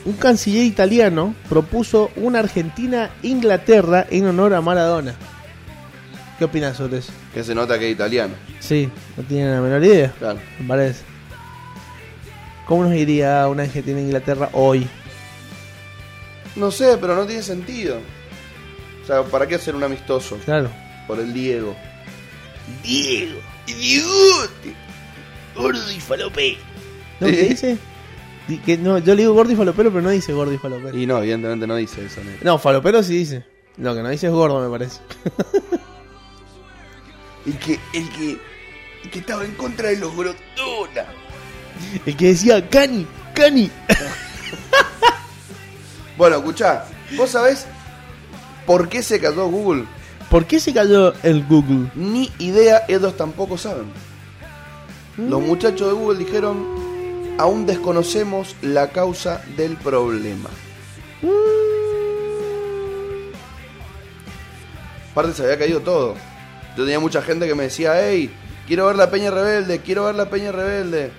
Speaker 2: un canciller italiano propuso una Argentina-Inglaterra en honor a Maradona. ¿Qué opinas sobre eso?
Speaker 1: Que se nota que es italiano.
Speaker 2: Sí, no tiene la menor idea,
Speaker 1: Claro.
Speaker 2: me parece. ¿Cómo nos iría una Argentina-Inglaterra hoy?
Speaker 1: No sé, pero no tiene sentido. O sea, ¿para qué hacer un amistoso?
Speaker 2: Claro.
Speaker 1: Por el Diego. Diego. Diegote. Gordo y falopé.
Speaker 2: ¿No qué dice? Di- Que, no, yo le digo gordo y falopero, pero no dice gordo y falopero.
Speaker 1: Y no, evidentemente no dice eso. ¿no?
Speaker 2: No, falopero sí dice. Lo que no dice es gordo, me parece.
Speaker 1: El que, el que, el que estaba en contra de los grotona.
Speaker 2: El que decía Cani, Cani.
Speaker 1: Bueno, escuchá, ¿vos sabés por qué se cayó Google?
Speaker 2: ¿Por qué se cayó el Google?
Speaker 1: Ni idea, ellos tampoco saben. Los
Speaker 2: Mm.
Speaker 1: muchachos de Google dijeron, aún desconocemos la causa del problema.
Speaker 2: Mm.
Speaker 1: Aparte se había caído todo. Yo tenía mucha gente que me decía, hey, quiero ver la Peña Rebelde, quiero ver la Peña Rebelde.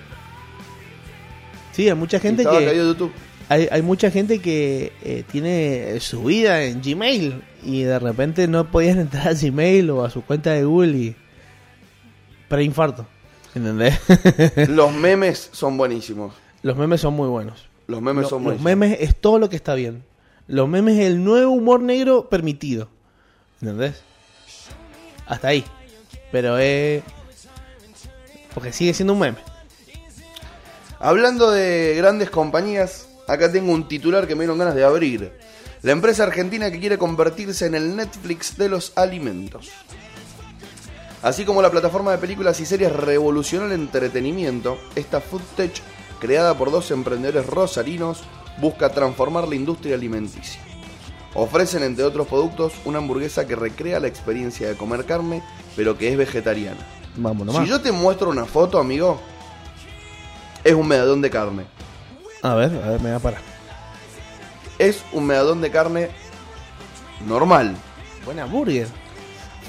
Speaker 2: Sí, hay mucha
Speaker 1: Y
Speaker 2: gente
Speaker 1: estaba
Speaker 2: que
Speaker 1: caído YouTube.
Speaker 2: hay, hay mucha gente que eh, tiene su vida en Gmail y de repente no podían (laughs) entrar a Gmail o a su cuenta de Google y preinfarto. ¿Entendés? (laughs)
Speaker 1: Los memes son buenísimos.
Speaker 2: los memes son muy buenos.
Speaker 1: Los memes
Speaker 2: Lo-
Speaker 1: son
Speaker 2: los
Speaker 1: buenísimos.
Speaker 2: memes es todo lo que está bien. Los memes es el nuevo humor negro permitido. ¿Entendés? Hasta ahí. Pero es porque sigue siendo un meme.
Speaker 1: Hablando de grandes compañías, acá tengo un titular que me dieron ganas de abrir. La empresa argentina que quiere convertirse en el Netflix de los alimentos. Así como la plataforma de películas y series revolucionó el entretenimiento, esta footage, creada por dos emprendedores rosarinos, busca transformar la industria alimenticia. Ofrecen, entre otros productos, una hamburguesa que recrea la experiencia de comer carne, pero que es vegetariana.
Speaker 2: Vamos
Speaker 1: Si yo te muestro una foto, amigo, es un medallón de carne.
Speaker 2: A ver, a ver, me da para.
Speaker 1: Es un medallón de carne normal.
Speaker 2: Buena burger.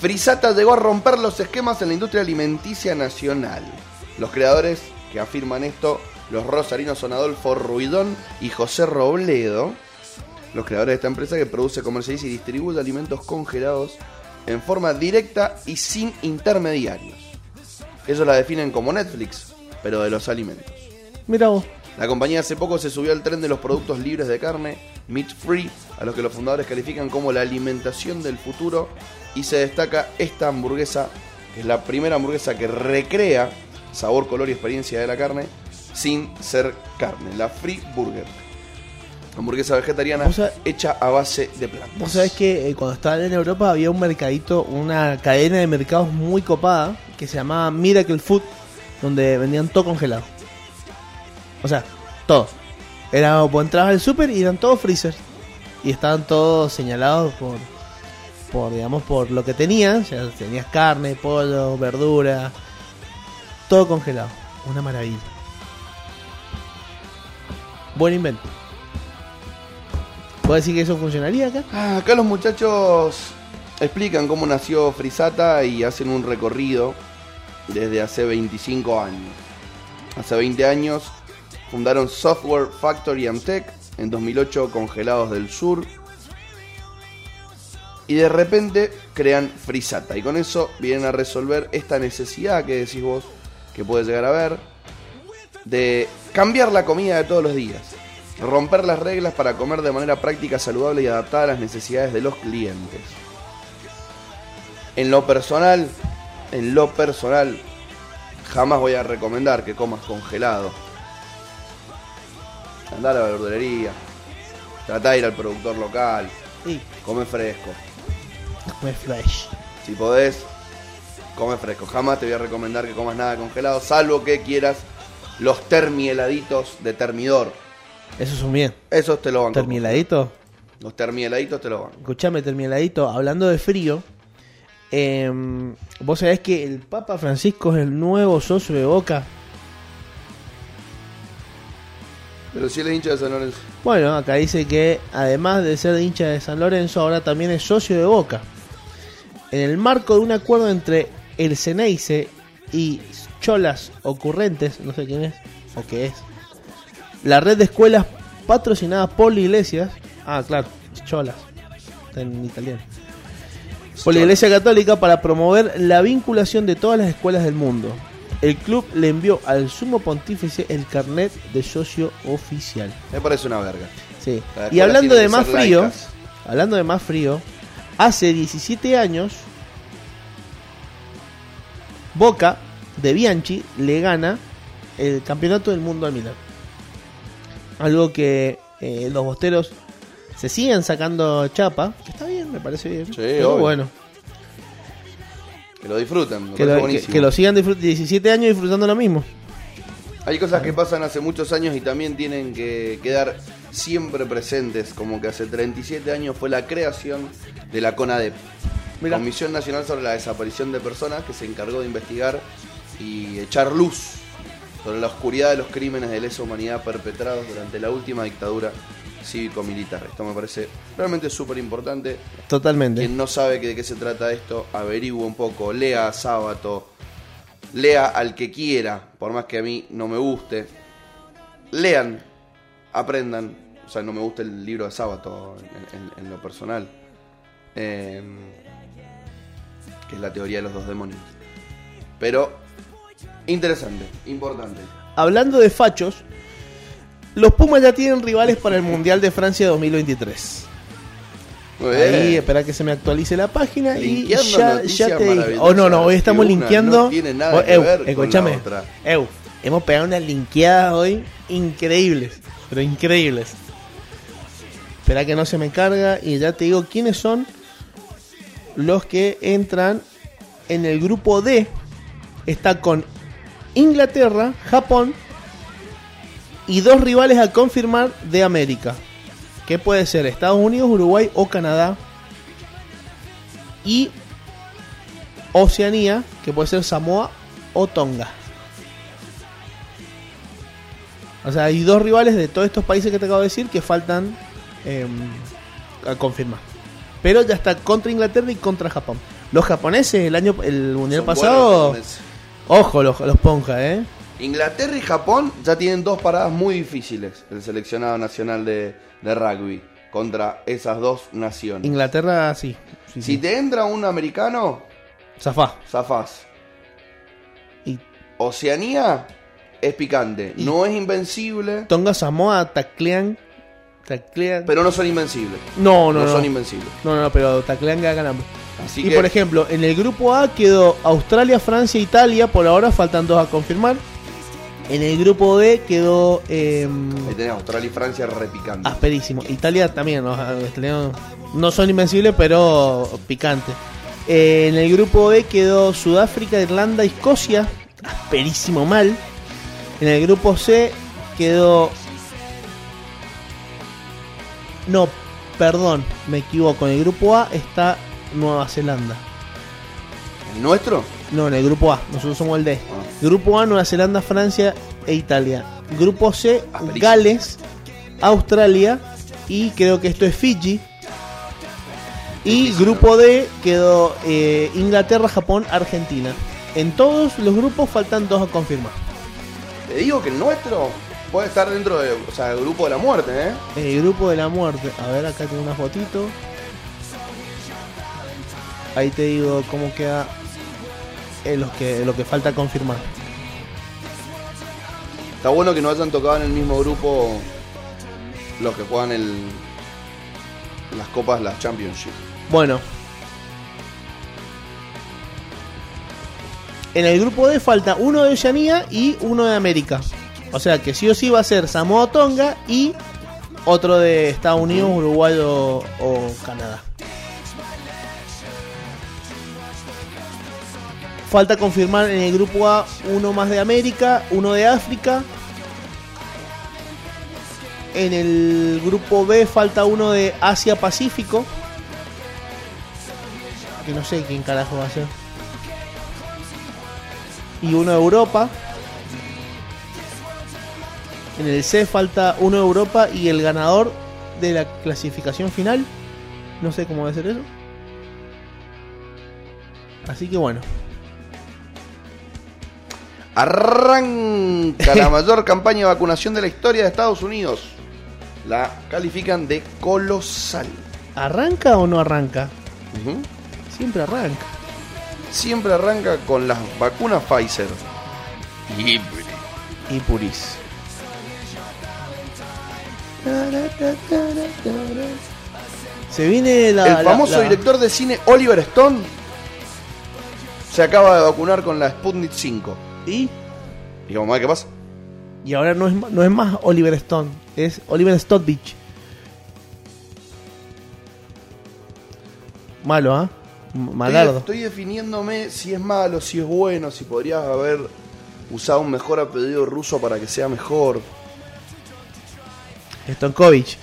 Speaker 1: Frisata llegó a romper los esquemas en la industria alimenticia nacional. Los creadores que afirman esto, los rosarinos son Adolfo Ruidón y José Robledo, los creadores de esta empresa que produce, comercializa y distribuye alimentos congelados en forma directa y sin intermediarios. Ellos la definen como Netflix, pero de los alimentos.
Speaker 2: Mira vos.
Speaker 1: La compañía hace poco se subió al tren de los productos libres de carne, meat free, a los que los fundadores califican como la alimentación del futuro y se destaca esta hamburguesa, que es la primera hamburguesa que recrea sabor, color y experiencia de la carne sin ser carne, la free burger. Hamburguesa vegetariana
Speaker 2: Vos sab-
Speaker 1: hecha a base de plantas.
Speaker 2: Vos sabés que eh, cuando estaba en Europa había un mercadito, una cadena de mercados muy copada que se llamaba Miracle Food, donde vendían todo congelado. O sea, todo. Era, vos entrabas al súper y eran todos freezer. Y estaban todos señalados por, por digamos, por lo que tenían. O sea, tenías carne, pollo, verdura, todo congelado. Una maravilla. Buen invento. ¿Puedo decir que eso funcionaría acá?
Speaker 1: Ah, Acá los muchachos explican cómo nació Frisata y hacen un recorrido desde hace 25 años. Hace 20 años fundaron Software Factory and Tech, en 2008 Congelados del Sur. Y de repente crean Frisata y con eso vienen a resolver esta necesidad que decís vos que puedes llegar a ver de cambiar la comida de todos los días, romper las reglas para comer de manera práctica, saludable y adaptada a las necesidades de los clientes. En lo personal, en lo personal, jamás voy a recomendar que comas congelado. Andá a la verdulería, tratá de ir al productor local,
Speaker 2: Y
Speaker 1: come fresco.
Speaker 2: come flash.
Speaker 1: Si podés, come fresco. Jamás te voy a recomendar que comas nada congelado, salvo que quieras los termiheladitos de termidor.
Speaker 2: Eso es un bien.
Speaker 1: Esos te lo banco.
Speaker 2: Termiladito.
Speaker 1: Los termiheladitos te lo banco.
Speaker 2: Escuchame, termiladito. Hablando de frío, em, vos sabés que el Papa Francisco es el nuevo socio de Boca.
Speaker 1: Pero si el hincha de San Lorenzo.
Speaker 2: Bueno, acá dice que además de ser hincha de San Lorenzo, ahora también es socio de Boca. En el marco de un acuerdo entre el Ceneice y Cholas Ocurrentes, no sé quién es o qué es, la red de escuelas patrocinada por Iglesias, ah, claro, Cholas, está en italiano, por la Iglesia Católica para promover la vinculación de todas las escuelas del mundo. El club le envió al sumo pontífice el carnet de socio oficial.
Speaker 1: Me parece una verga.
Speaker 2: Sí.
Speaker 1: Las escuelas
Speaker 2: Y hablando
Speaker 1: tienen
Speaker 2: de
Speaker 1: que
Speaker 2: más
Speaker 1: ser
Speaker 2: frío,
Speaker 1: laicas.
Speaker 2: hablando de más frío, hace 17 años Boca de Bianchi le gana el campeonato del mundo al Milan. Algo que eh, los bosteros se siguen sacando chapa, que está bien, me parece bien. pero
Speaker 1: obvio.
Speaker 2: bueno,
Speaker 1: Que lo disfruten. me
Speaker 2: que
Speaker 1: parece
Speaker 2: lo, que-
Speaker 1: buenísimo.
Speaker 2: que lo sigan disfrutando 17 años disfrutando lo mismo.
Speaker 1: Hay cosas que pasan hace muchos años y también tienen que quedar siempre presentes, como que hace 37 años fue la creación de la CONADEP,
Speaker 2: Mirá.
Speaker 1: Comisión Nacional sobre la Desaparición de Personas, que se encargó de investigar y echar luz sobre la oscuridad de los crímenes de lesa humanidad perpetrados durante la última dictadura cívico-militar. Esto me parece realmente súper importante.
Speaker 2: Totalmente.
Speaker 1: Quien no sabe que- de qué se trata esto, averigüe un poco, lea a Sábato, lea al que quiera, por más que a mí no me guste. Lean, aprendan. O sea, no me gusta el libro de Sábato en, en- en lo personal. Eh, que es la teoría de los dos demonios. Pero interesante, importante.
Speaker 2: Hablando de fachos, los Pumas ya tienen rivales para el Mundial de Francia 2023.
Speaker 1: Muy
Speaker 2: Ahí,
Speaker 1: bien.
Speaker 2: espera que se me actualice la página y
Speaker 1: Linkeando
Speaker 2: ya,
Speaker 1: noticias
Speaker 2: ya te digo.
Speaker 1: maravillosas
Speaker 2: Oh, no, no, hoy
Speaker 1: que
Speaker 2: estamos
Speaker 1: una
Speaker 2: linkeando.
Speaker 1: no tiene nada
Speaker 2: Oh,
Speaker 1: que
Speaker 2: Ew,
Speaker 1: ver con la
Speaker 2: escúchame.
Speaker 1: otra.
Speaker 2: Ew, hemos pegado unas linkeadas hoy increíbles, pero increíbles. Espera que no se me carga y ya te digo quiénes son los que entran en el grupo D. Está con Inglaterra, Japón y dos rivales a confirmar de América. Que puede ser Estados Unidos, Uruguay o Canadá. Y Oceanía, que puede ser Samoa o Tonga. O sea, hay dos rivales de todos estos países que te acabo de decir que faltan eh, a confirmar. Pero ya está contra Inglaterra y contra Japón. Los japoneses el año el mundial
Speaker 1: Son
Speaker 2: pasado,
Speaker 1: buenos los japoneses.
Speaker 2: ojo los, los ponja, eh.
Speaker 1: Inglaterra y Japón ya tienen dos paradas muy difíciles. El seleccionado nacional de, de rugby contra esas dos naciones.
Speaker 2: Inglaterra sí. sí,
Speaker 1: si
Speaker 2: sí.
Speaker 1: te entra un americano,
Speaker 2: Zafá.
Speaker 1: zafás.
Speaker 2: Y
Speaker 1: Oceanía es picante.
Speaker 2: Y-
Speaker 1: No es invencible,
Speaker 2: Tonga Samoa taclean. Taclean.
Speaker 1: pero no son invencibles.
Speaker 2: no,
Speaker 1: No,
Speaker 2: no, no.
Speaker 1: son
Speaker 2: No,
Speaker 1: invencibles.
Speaker 2: no, no, pero taclean que hagan hambre.
Speaker 1: Así
Speaker 2: Y
Speaker 1: que
Speaker 2: por ejemplo, en el grupo A quedó Australia, Francia, Italia. Por ahora faltan dos a confirmar. En el grupo B quedó. em,
Speaker 1: ahí tenés Australia y Francia repicando.
Speaker 2: Asperísimo. Italia también, los italianos no son invencibles, pero picantes. Eh, en el grupo B quedó Sudáfrica, Irlanda, y Escocia. Asperísimo mal. En el grupo C quedó... No, perdón, me equivoco. En el grupo A está Nueva Zelanda.
Speaker 1: ¿El nuestro?
Speaker 2: No, en el grupo A, nosotros somos el D.
Speaker 1: Ah.
Speaker 2: Grupo A, Nueva Zelanda, Francia e Italia. Grupo C,
Speaker 1: Asterisco.
Speaker 2: Gales, Australia y creo que esto es Fiji. Y
Speaker 1: Difícil,
Speaker 2: grupo D quedó eh, Inglaterra, Japón, Argentina. En todos los grupos faltan dos a confirmar.
Speaker 1: Te digo que el nuestro puede estar dentro del o sea, el grupo de la muerte, ¿eh?
Speaker 2: El grupo de la muerte. A ver, acá tengo una fotito. Ahí te digo cómo queda eh, los que, lo que falta confirmar.
Speaker 1: Está bueno que no hayan tocado en el mismo grupo los que juegan el, las copas, las Championship.
Speaker 2: Bueno. En el grupo D falta uno de Oceanía y uno de América. O sea que sí o sí va a ser Samoa Tonga y otro de Estados Unidos, Uruguay o, o Canadá. Falta confirmar en el grupo A uno más de América, uno de África. En el grupo B falta uno de Asia Pacífico. Que no sé quién carajo va a ser. Y uno de Europa. En el C falta uno de Europa y el ganador de la clasificación final. No sé cómo va a ser eso. Así que bueno.
Speaker 1: Arranca la mayor campaña de vacunación de la historia de Estados Unidos. La califican de colosal.
Speaker 2: ¿Arranca o no arranca?
Speaker 1: Ujú.
Speaker 2: Siempre arranca.
Speaker 1: Siempre arranca con las vacunas Pfizer.
Speaker 2: Y puris. Se viene la.
Speaker 1: El
Speaker 2: la-
Speaker 1: famoso
Speaker 2: la-
Speaker 1: director de cine Oliver Stone se acaba de vacunar con la Sputnik 5.
Speaker 2: Y,
Speaker 1: Y vamos a ver qué pasa.
Speaker 2: y ahora no es, ma- no es más Oliver Stone, es Oliver Stotbich. Malo, ¿ah? M- Malardo.
Speaker 1: Estoy, estoy definiéndome si es malo, si es bueno, si podrías haber usado un mejor apellido ruso para que sea mejor.
Speaker 2: Stonkovich.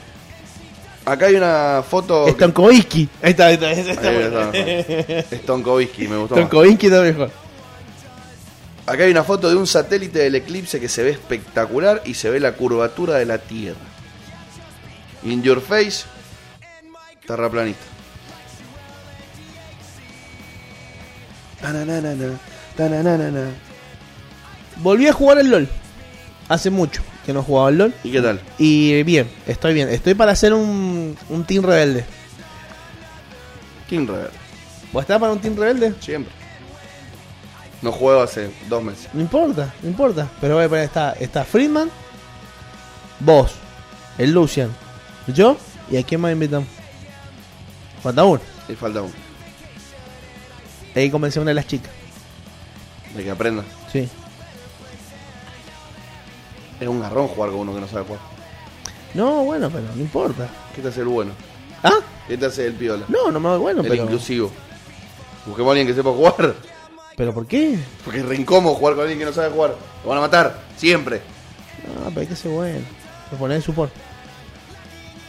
Speaker 1: Acá hay una foto. que-
Speaker 2: Stonkovinsky. Ahí está, ahí está. ahí está.
Speaker 1: Ahí
Speaker 2: (laughs)
Speaker 1: está. Stonkovisky, me gustó. más.
Speaker 2: Stonkovinsky está mejor.
Speaker 1: Acá hay una foto de un satélite del eclipse que se ve espectacular y se ve la curvatura de la Tierra. In your face, terraplanista. Tananana, tananana.
Speaker 2: Volví a jugar al LOL. Hace mucho que no jugaba al LOL.
Speaker 1: ¿Y qué tal?
Speaker 2: Y bien, estoy bien. Estoy para hacer un, un team rebelde.
Speaker 1: King Rebel,
Speaker 2: ¿Vos estás para un team rebelde?
Speaker 1: siempre. No juego hace dos meses.
Speaker 2: No importa, no importa. Pero voy a poner, está, está Friedman, vos, el Lucian, yo y a quién más invitamos. Falta uno.
Speaker 1: Y falta uno.
Speaker 2: Ahí comencé una de las chicas.
Speaker 1: De que aprenda.
Speaker 2: Sí.
Speaker 1: Es un garrón jugar con uno que no sabe jugar.
Speaker 2: No, bueno, pero no importa.
Speaker 1: ¿Qué te hace el bueno?
Speaker 2: Ah,
Speaker 1: ¿Qué te hace el piola?
Speaker 2: no, no me bueno,
Speaker 1: el
Speaker 2: pero.
Speaker 1: inclusivo. Busquemos a alguien que sepa jugar. (laughs)
Speaker 2: ¿Pero por qué?
Speaker 1: Porque es re incómodo jugar con alguien que no sabe jugar. Lo van a matar, siempre.
Speaker 2: No, pero hay que ser bueno. Lo poner en support.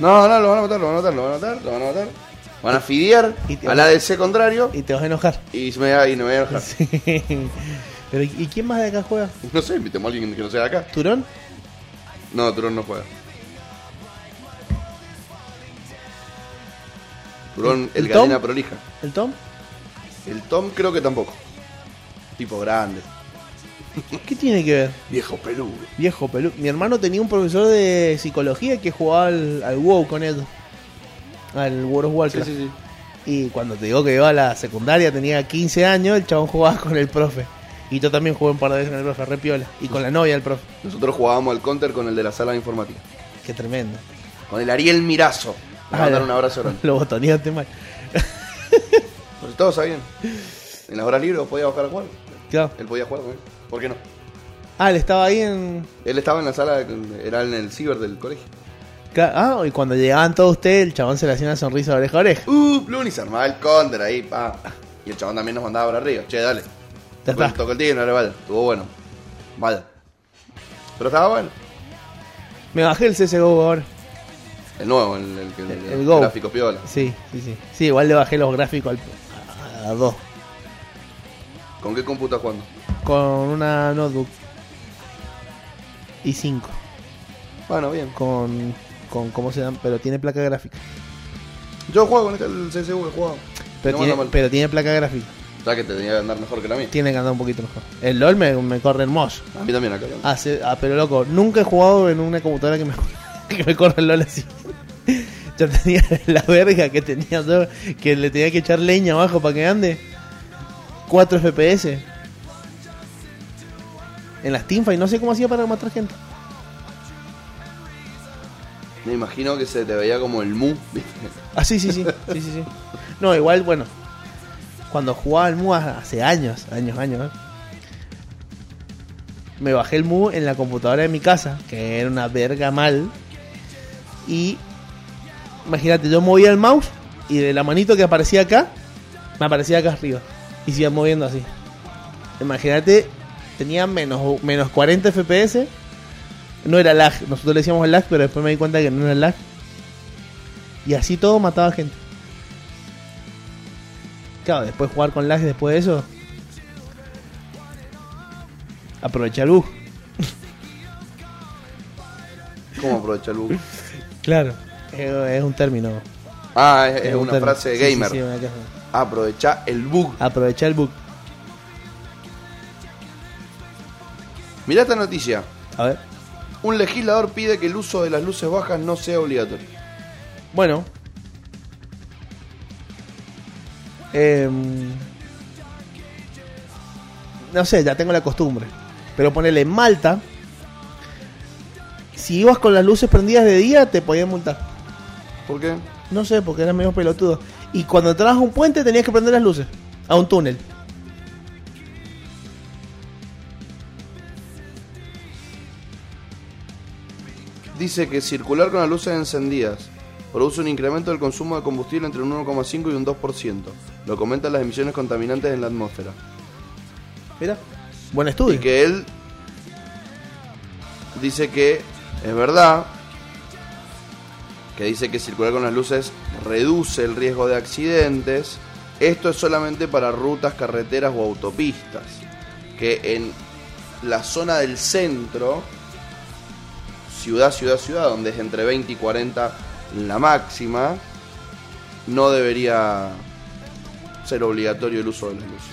Speaker 1: No, no, lo van a matar, lo van a matar, lo van a matar, lo van a matar. Van a fidear
Speaker 2: Y te-
Speaker 1: al ADC contrario
Speaker 2: Y te vas a enojar.
Speaker 1: y se me va- y no me voy a enojar.
Speaker 2: Sí. Pero ¿y y quién más de acá juega?
Speaker 1: No sé, invitemos a alguien que no sea de acá.
Speaker 2: ¿Turón?
Speaker 1: No, Turón no juega. Turón,
Speaker 2: ¿El
Speaker 1: el gallina
Speaker 2: Tom?
Speaker 1: prolija.
Speaker 2: ¿El Tom?
Speaker 1: El Tom creo que tampoco. Tipo grande.
Speaker 2: ¿Qué tiene que ver?
Speaker 1: Viejo peludo.
Speaker 2: Viejo pelu. Mi hermano tenía un profesor de psicología que jugaba al, al WoW con él. Al World of
Speaker 1: Sí,
Speaker 2: Warcraft.
Speaker 1: sí, sí.
Speaker 2: Y cuando te digo que iba a la secundaria, tenía 15 años, el chabón jugaba con el profe. Y yo también jugué un par de veces con el profe, re piola. Y con la novia del profe.
Speaker 1: Nosotros jugábamos al counter con el de la sala de informática.
Speaker 2: Qué tremendo.
Speaker 1: Con el Ariel Mirazo. Le
Speaker 2: Ah,
Speaker 1: mandaron
Speaker 2: la-
Speaker 1: un abrazo grande.
Speaker 2: (laughs) Lo botoneaste mal.
Speaker 1: Porque todos sabían. En las horas libres vos podías bajar a jugar.
Speaker 2: Claro.
Speaker 1: Él podía jugar también. ¿Por qué no?
Speaker 2: Ah, él estaba ahí en.
Speaker 1: Él estaba en la sala, era en el ciber del colegio.
Speaker 2: Claro. Ah, y cuando llegaban todos ustedes, el chabón se le hacía una sonrisa de oreja a oreja.
Speaker 1: Uh, Pluni se armaba el counter ahí, pa. Y el chabón también nos mandaba para arriba. Che, dale.
Speaker 2: Ya está.
Speaker 1: Tocó el tigre, no le vaya. Estuvo bueno. Vaya. Pero estaba bueno.
Speaker 2: Me bajé el CSGO ahora.
Speaker 1: El nuevo, el, el, el-
Speaker 2: El-
Speaker 1: el
Speaker 2: el Go.
Speaker 1: gráfico piola.
Speaker 2: Sí, sí, sí. Sí, igual le bajé los gráficos al, a, a dos.
Speaker 1: ¿Con qué computa jugando?
Speaker 2: Con una notebook. Y 5.
Speaker 1: Bueno, bien.
Speaker 2: Con, con. ¿Cómo se dan? Pero tiene placa gráfica.
Speaker 1: Yo juego con este, el CSU que jugaba.
Speaker 2: Pero,
Speaker 1: No
Speaker 2: tiene,
Speaker 1: anda mal.
Speaker 2: pero tiene placa gráfica.
Speaker 1: Ya que te tenía que andar mejor que la mía.
Speaker 2: Tiene que andar un poquito mejor. El LOL me, me corre hermoso.
Speaker 1: A mí también acá.
Speaker 2: Ah, sí, ah, pero loco, nunca he jugado en una computadora que me, (laughs) que me corre el LOL así. Yo tenía (laughs) la verga que tenía yo, que le tenía que echar leña abajo para que ande. 4 FPS. en las teamfights. No sé cómo hacía para matar gente.
Speaker 1: Me imagino que se te veía como el mu, (laughs) ¿viste?
Speaker 2: Ah, sí, sí, sí. sí, sí, sí. No, igual, bueno. Cuando jugaba al MU hace años, años, años. ¿eh? Me bajé el MU en la computadora de mi casa, que era una verga mal. Y. Imagínate, yo movía el mouse y de la manito que aparecía acá, me aparecía acá arriba. Y se iba moviendo así. Imagínate, tenía menos, menos 40 FPS. No era lag, nosotros le decíamos lag, pero después me di cuenta que no era lag. Y así todo mataba gente. Claro, después jugar con lag después de eso. Aprovechar uh, bug.
Speaker 1: ¿Cómo aprovecha
Speaker 2: (laughs)
Speaker 1: el bug?
Speaker 2: Claro. Es, es un término.
Speaker 1: Ah, es, es
Speaker 2: un
Speaker 1: una
Speaker 2: término.
Speaker 1: frase de
Speaker 2: Sí, sí,
Speaker 1: gamer.
Speaker 2: sí, una cosa.
Speaker 1: Aprovecha el bug.
Speaker 2: Aprovechar el bug.
Speaker 1: Mirá esta noticia.
Speaker 2: A ver.
Speaker 1: Un legislador pide que el uso de las luces bajas no sea obligatorio.
Speaker 2: Bueno. Em, no sé, ya tengo la costumbre. Pero ponele en Malta. Si ibas con las luces prendidas de día, te podían multar.
Speaker 1: ¿Por qué?
Speaker 2: No sé, porque eran medio pelotudos. Y cuando entrabas a un puente, tenías que prender las luces. A un túnel.
Speaker 1: Dice que circular con las luces encendidas produce un incremento del consumo de combustible entre un 1,5 y un 2%. Lo comentan las emisiones contaminantes en la atmósfera.
Speaker 2: Mira. Buen
Speaker 1: Y
Speaker 2: estudio.
Speaker 1: que él dice que es verdad, que dice que circular con las luces reduce el riesgo de accidentes. Esto es solamente para rutas, carreteras o autopistas. Que en la zona del centro, ciudad, ciudad, ciudad, donde es entre 20 y 40 la máxima, no debería ser obligatorio el uso de las luces.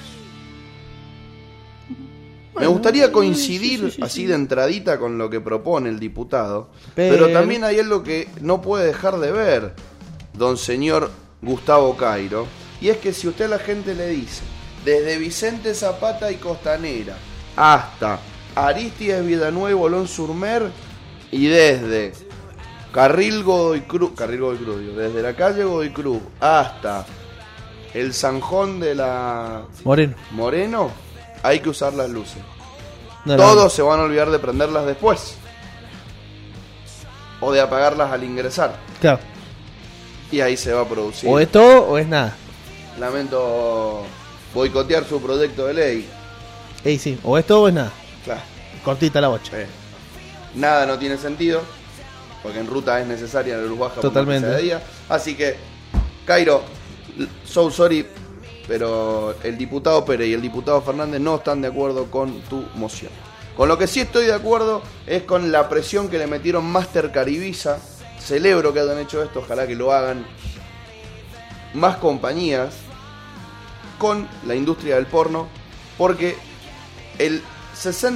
Speaker 1: Me
Speaker 2: Bueno,
Speaker 1: gustaría
Speaker 2: sí,
Speaker 1: coincidir
Speaker 2: sí, sí, sí.
Speaker 1: así de entradita con lo que propone el diputado, pero,
Speaker 2: Pero-
Speaker 1: también hay algo que no puede dejar de ver, don señor Gustavo Cairo, y es que si usted a la gente le dice, desde Vicente Zapata y Costanera hasta Aristides Villanueva y Bolón Surmer, y desde Carril Godoy Cruz, Carril Godoy Cruz, digo, desde la calle Godoy Cruz hasta el Sanjón de la
Speaker 2: Moreno.
Speaker 1: Moreno, hay que usar las luces.
Speaker 2: No, no,
Speaker 1: Todos se van a olvidar de prenderlas después. O de apagarlas al ingresar.
Speaker 2: no. Claro.
Speaker 1: Y ahí se va a producir.
Speaker 2: O es todo o es nada.
Speaker 1: Lamento boicotear su proyecto de ley.
Speaker 2: Ey, sí. O es todo o es nada.
Speaker 1: Claro,
Speaker 2: Cortita la bocha.
Speaker 1: eh. Nada no tiene sentido. Porque en ruta es necesaria la luz baja por más que
Speaker 2: Totalmente.
Speaker 1: sea de día. Así que, Cairo, l- so sorry. Pero el diputado Pérez y el diputado Fernández no están de acuerdo con tu moción. Con lo que sí estoy de acuerdo es con la presión que le metieron Master Caribiza. Celebro que hayan hecho esto, ojalá que lo hagan más compañías con la industria del porno, porque el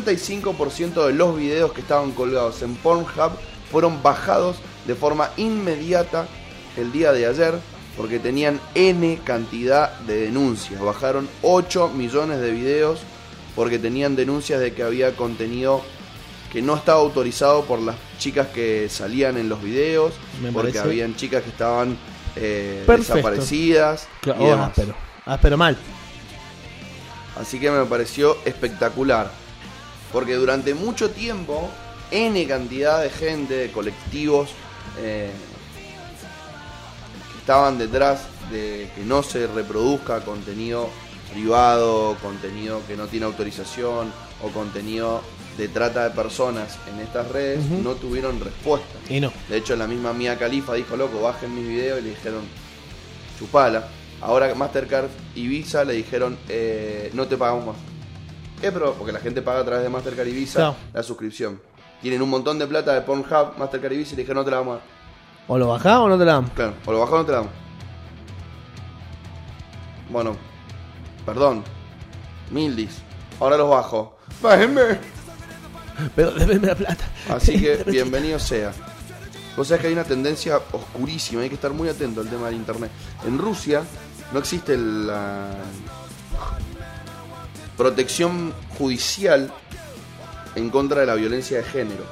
Speaker 1: 65% de los videos que estaban colgados en Pornhub fueron bajados de forma inmediata el día de ayer, porque tenían N cantidad de denuncias. Bajaron 8 millones de videos porque tenían denuncias de que había contenido que no estaba autorizado por las chicas que salían en los videos,
Speaker 2: Me
Speaker 1: porque
Speaker 2: parece
Speaker 1: habían chicas que estaban eh,
Speaker 2: perfecto.
Speaker 1: desaparecidas.
Speaker 2: Claro,
Speaker 1: y
Speaker 2: oh,
Speaker 1: demás.
Speaker 2: áspero. Áspero mal.
Speaker 1: Así que me pareció espectacular. Porque durante mucho tiempo, N cantidad de gente, de colectivos, eh, que estaban detrás de que no se reproduzca contenido privado, contenido que no tiene autorización o contenido de trata de personas en estas redes,
Speaker 2: Ujú.
Speaker 1: no tuvieron respuesta.
Speaker 2: Y no.
Speaker 1: De hecho, la misma Mía Califa dijo, loco, bajen mis videos y le dijeron, chupala. Ahora Mastercard y Visa le dijeron, eh, no te pagamos más. Es pero porque la gente paga a través de Mastercard y Visa
Speaker 2: Claro.
Speaker 1: la suscripción. Tienen un montón de plata de Pornhub, Mastercard y Visa y le dijeron, no te la vamos a dar.
Speaker 2: O lo bajaba o no te la damos.
Speaker 1: Claro, o lo bajamos o no te la damos. Bueno, perdón. Mildis, ahora los bajo. Bájenme.
Speaker 2: Pero (laughs) debeme la plata.
Speaker 1: Así
Speaker 2: (laughs)
Speaker 1: que bienvenido sea. Vos sabés que hay una tendencia oscurísima, hay que estar muy atento al tema del internet. En Rusia no existe la protección judicial en contra de la violencia de género.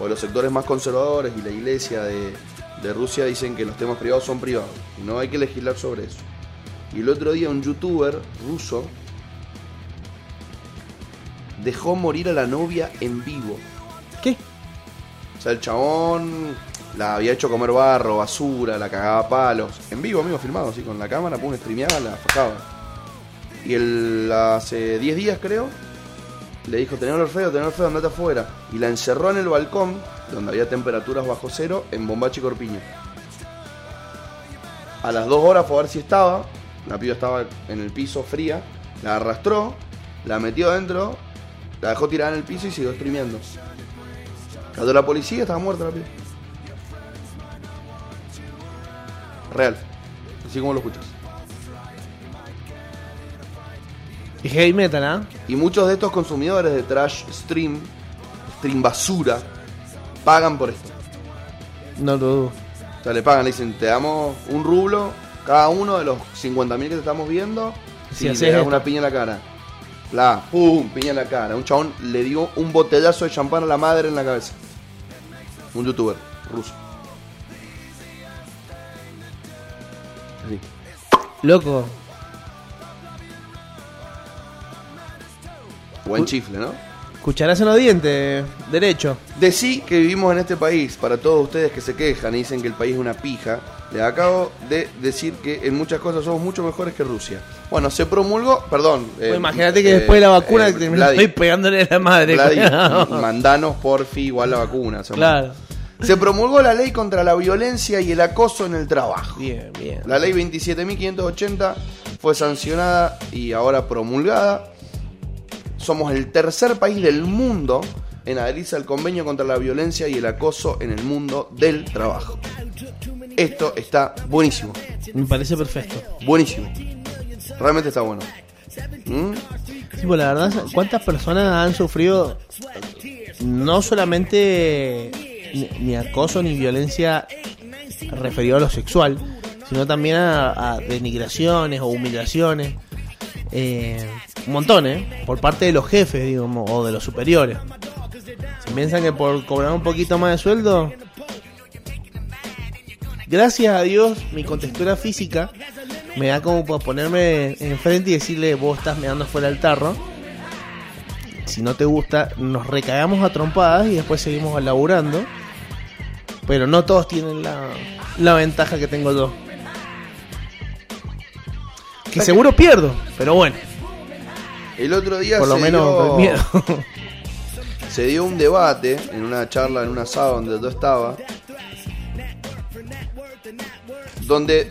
Speaker 1: O los sectores más conservadores y la iglesia de, de Rusia dicen que los temas privados son privados. Y no hay que legislar sobre eso. Y el otro día un youtuber ruso dejó morir a la novia en vivo.
Speaker 2: ¿Qué?
Speaker 1: O sea, el chabón la había hecho comer barro, basura, la cagaba a palos. En vivo, amigo, filmado, así con la cámara, pum, streameaba, la fajaba. Y el, hace 10 días, creo, le dijo: Tené olor feo, tené olor feo, andate afuera. Y la encerró en el balcón, donde había temperaturas bajo cero, en Bombachi Corpiño. A las 2 horas fue a ver si estaba. La piba estaba en el piso fría. La arrastró, la metió adentro, la dejó tirada en el piso y siguió streameando. Cuando la policía estaba muerta la piba. Real. Así como lo escuchas.
Speaker 2: Y heavy metal, ¿ah?
Speaker 1: Y muchos de estos consumidores de trash stream, stream basura, pagan por esto.
Speaker 2: No lo dudo.
Speaker 1: O sea, le pagan, le dicen, te damos un rublo cada uno de los 50.000 que te estamos viendo.
Speaker 2: Si
Speaker 1: Si
Speaker 2: haces
Speaker 1: le das
Speaker 2: esto.
Speaker 1: una piña en la cara. La, pum, piña en la cara. Un chabón le dio un botellazo de champán a la madre en la cabeza. Un youtuber ruso. Así.
Speaker 2: Loco,
Speaker 1: Buen chifle, ¿no?
Speaker 2: cucharás en los dientes, derecho.
Speaker 1: Decí que vivimos en este país, para todos ustedes que se quejan y dicen que el país es una pija, les acabo de decir que en muchas cosas somos mucho mejores que Rusia. Bueno, se promulgó, perdón.
Speaker 2: Pues
Speaker 1: eh,
Speaker 2: imagínate que
Speaker 1: eh,
Speaker 2: después de la vacuna
Speaker 1: eh,
Speaker 2: te terminás
Speaker 1: Vladi,
Speaker 2: ahí pegándole a la madre. (laughs)
Speaker 1: Vladi,
Speaker 2: cuidado.
Speaker 1: mandanos porfi igual la vacuna. somos.
Speaker 2: claro.
Speaker 1: Se promulgó la ley contra la violencia y el acoso en el trabajo.
Speaker 2: Bien, bien.
Speaker 1: La ley 27.580 fue sancionada y ahora promulgada. Somos el tercer país del mundo en adherirse al convenio contra la violencia y el acoso en el mundo del trabajo. Esto está buenísimo,
Speaker 2: Me parece perfecto.
Speaker 1: buenísimo. Realmente está bueno. ¿Mm?
Speaker 2: Sí, pues la verdad, ¿cuántas personas han sufrido no solamente ni, ni acoso ni violencia referido a lo sexual, sino también a, a denigraciones o humillaciones? Eh, un montón, ¿eh? Por parte de los jefes, digamos, o de los superiores. Si piensan que por cobrar un poquito más de sueldo... Gracias a Dios, mi contextura física me da como para ponerme enfrente y decirle, vos estás meando fuera del tarro. Si no te gusta, nos recagamos a trompadas y después seguimos laburando. Pero no todos tienen la, la ventaja que tengo yo. Que seguro pierdo, pero bueno,
Speaker 1: El otro día
Speaker 2: por lo
Speaker 1: se
Speaker 2: menos
Speaker 1: dio-
Speaker 2: el miedo.
Speaker 1: se dio un debate en una charla, en un asado donde yo estaba, donde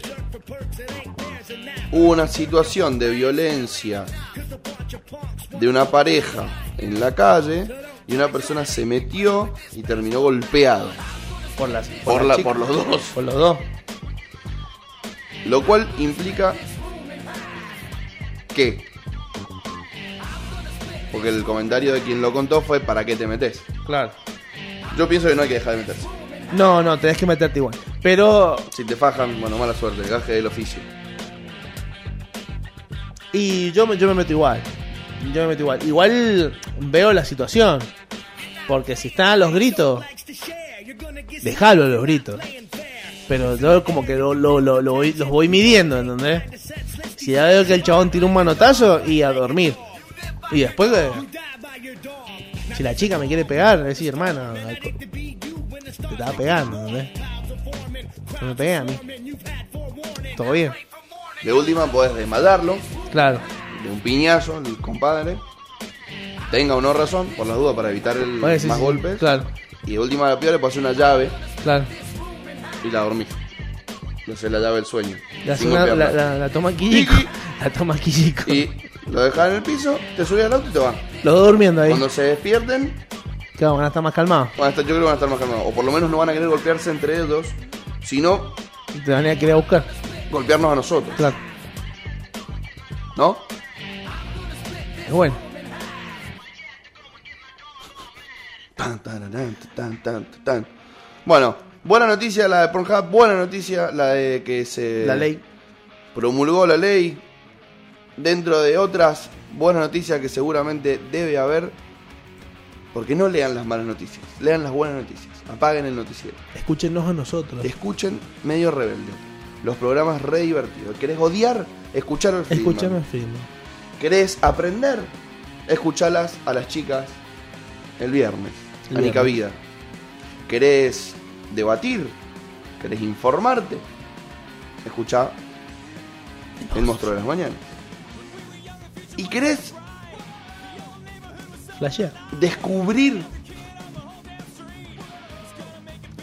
Speaker 1: hubo una situación de violencia de una pareja en la calle y una persona se metió y terminó golpeado
Speaker 2: por, las,
Speaker 1: por,
Speaker 2: las
Speaker 1: la,
Speaker 2: chicas.
Speaker 1: por los dos,
Speaker 2: Por los dos.
Speaker 1: lo cual implica que, porque el comentario de quien lo contó fue, ¿para qué te metes?
Speaker 2: Claro.
Speaker 1: Yo pienso que no hay que dejar de meterse.
Speaker 2: No, no, tenés que meterte igual. Pero
Speaker 1: Si te fajan, bueno, mala suerte, el gaje del oficio.
Speaker 2: Y yo me, yo me meto igual. Yo me meto igual. Igual veo la situación. Porque si están a los gritos, dejalo a los gritos. Pero yo como que lo, lo- lo- lo voy- los voy midiendo, ¿entendés? Si ya veo que el chabón tira un manotazo y a dormir. Y después, eh, si la chica me quiere pegar, es decir, hermana, te estaba pegando, ¿entendés? No me pegué a mí. Todo bien.
Speaker 1: De última podés desmadarlo,
Speaker 2: Claro.
Speaker 1: de un piñazo, el compadre. Tenga o no razón, por las dudas, para evitar el-
Speaker 2: Bueno, sí,
Speaker 1: más
Speaker 2: sí,
Speaker 1: golpes.
Speaker 2: Claro,
Speaker 1: Y de última a la piba le pasé una llave
Speaker 2: claro.
Speaker 1: y la dormí. Le hacés la llave del sueño.
Speaker 2: La,
Speaker 1: sin
Speaker 2: zona-
Speaker 1: golpearla.
Speaker 2: la, la- la toma Quillico.
Speaker 1: Iki.
Speaker 2: (laughs) La toma Quillico.
Speaker 1: Y lo dejás en el piso, te subís al auto y te vas.
Speaker 2: Los dos durmiendo ahí.
Speaker 1: Cuando se despierten,
Speaker 2: Claro, van a estar más calmados.
Speaker 1: van a estar- yo creo que van a estar más calmados. O por lo menos no van a querer golpearse entre ellos, sino
Speaker 2: Te van a ir a querer buscar.
Speaker 1: golpearnos a nosotros,
Speaker 2: Claro.
Speaker 1: ¿no?
Speaker 2: Es bueno.
Speaker 1: Tan, tan, tan, tan, tan, tan, tan. Bueno, buena noticia la de Pornhub, buena noticia la de que se
Speaker 2: La ley.
Speaker 1: promulgó la ley. Dentro de otras buenas noticias que seguramente debe haber, Porque no lean las malas noticias, lean las buenas noticias. Apaguen el noticiero.
Speaker 2: Escúchenos a nosotros.
Speaker 1: Escuchen Medio Rebelde. Los programas re divertidos. ¿Querés odiar? Escuchar al Friedman.
Speaker 2: Escúchame al Friedman.
Speaker 1: ¿Querés aprender? Escuchalas a las chicas el viernes,
Speaker 2: El
Speaker 1: a mi
Speaker 2: viernes.
Speaker 1: cabida. ¿Querés debatir? ¿Querés informarte? Escuchá El Monstruo de las Mañanas. ¿Y querés
Speaker 2: Flashea.
Speaker 1: descubrir?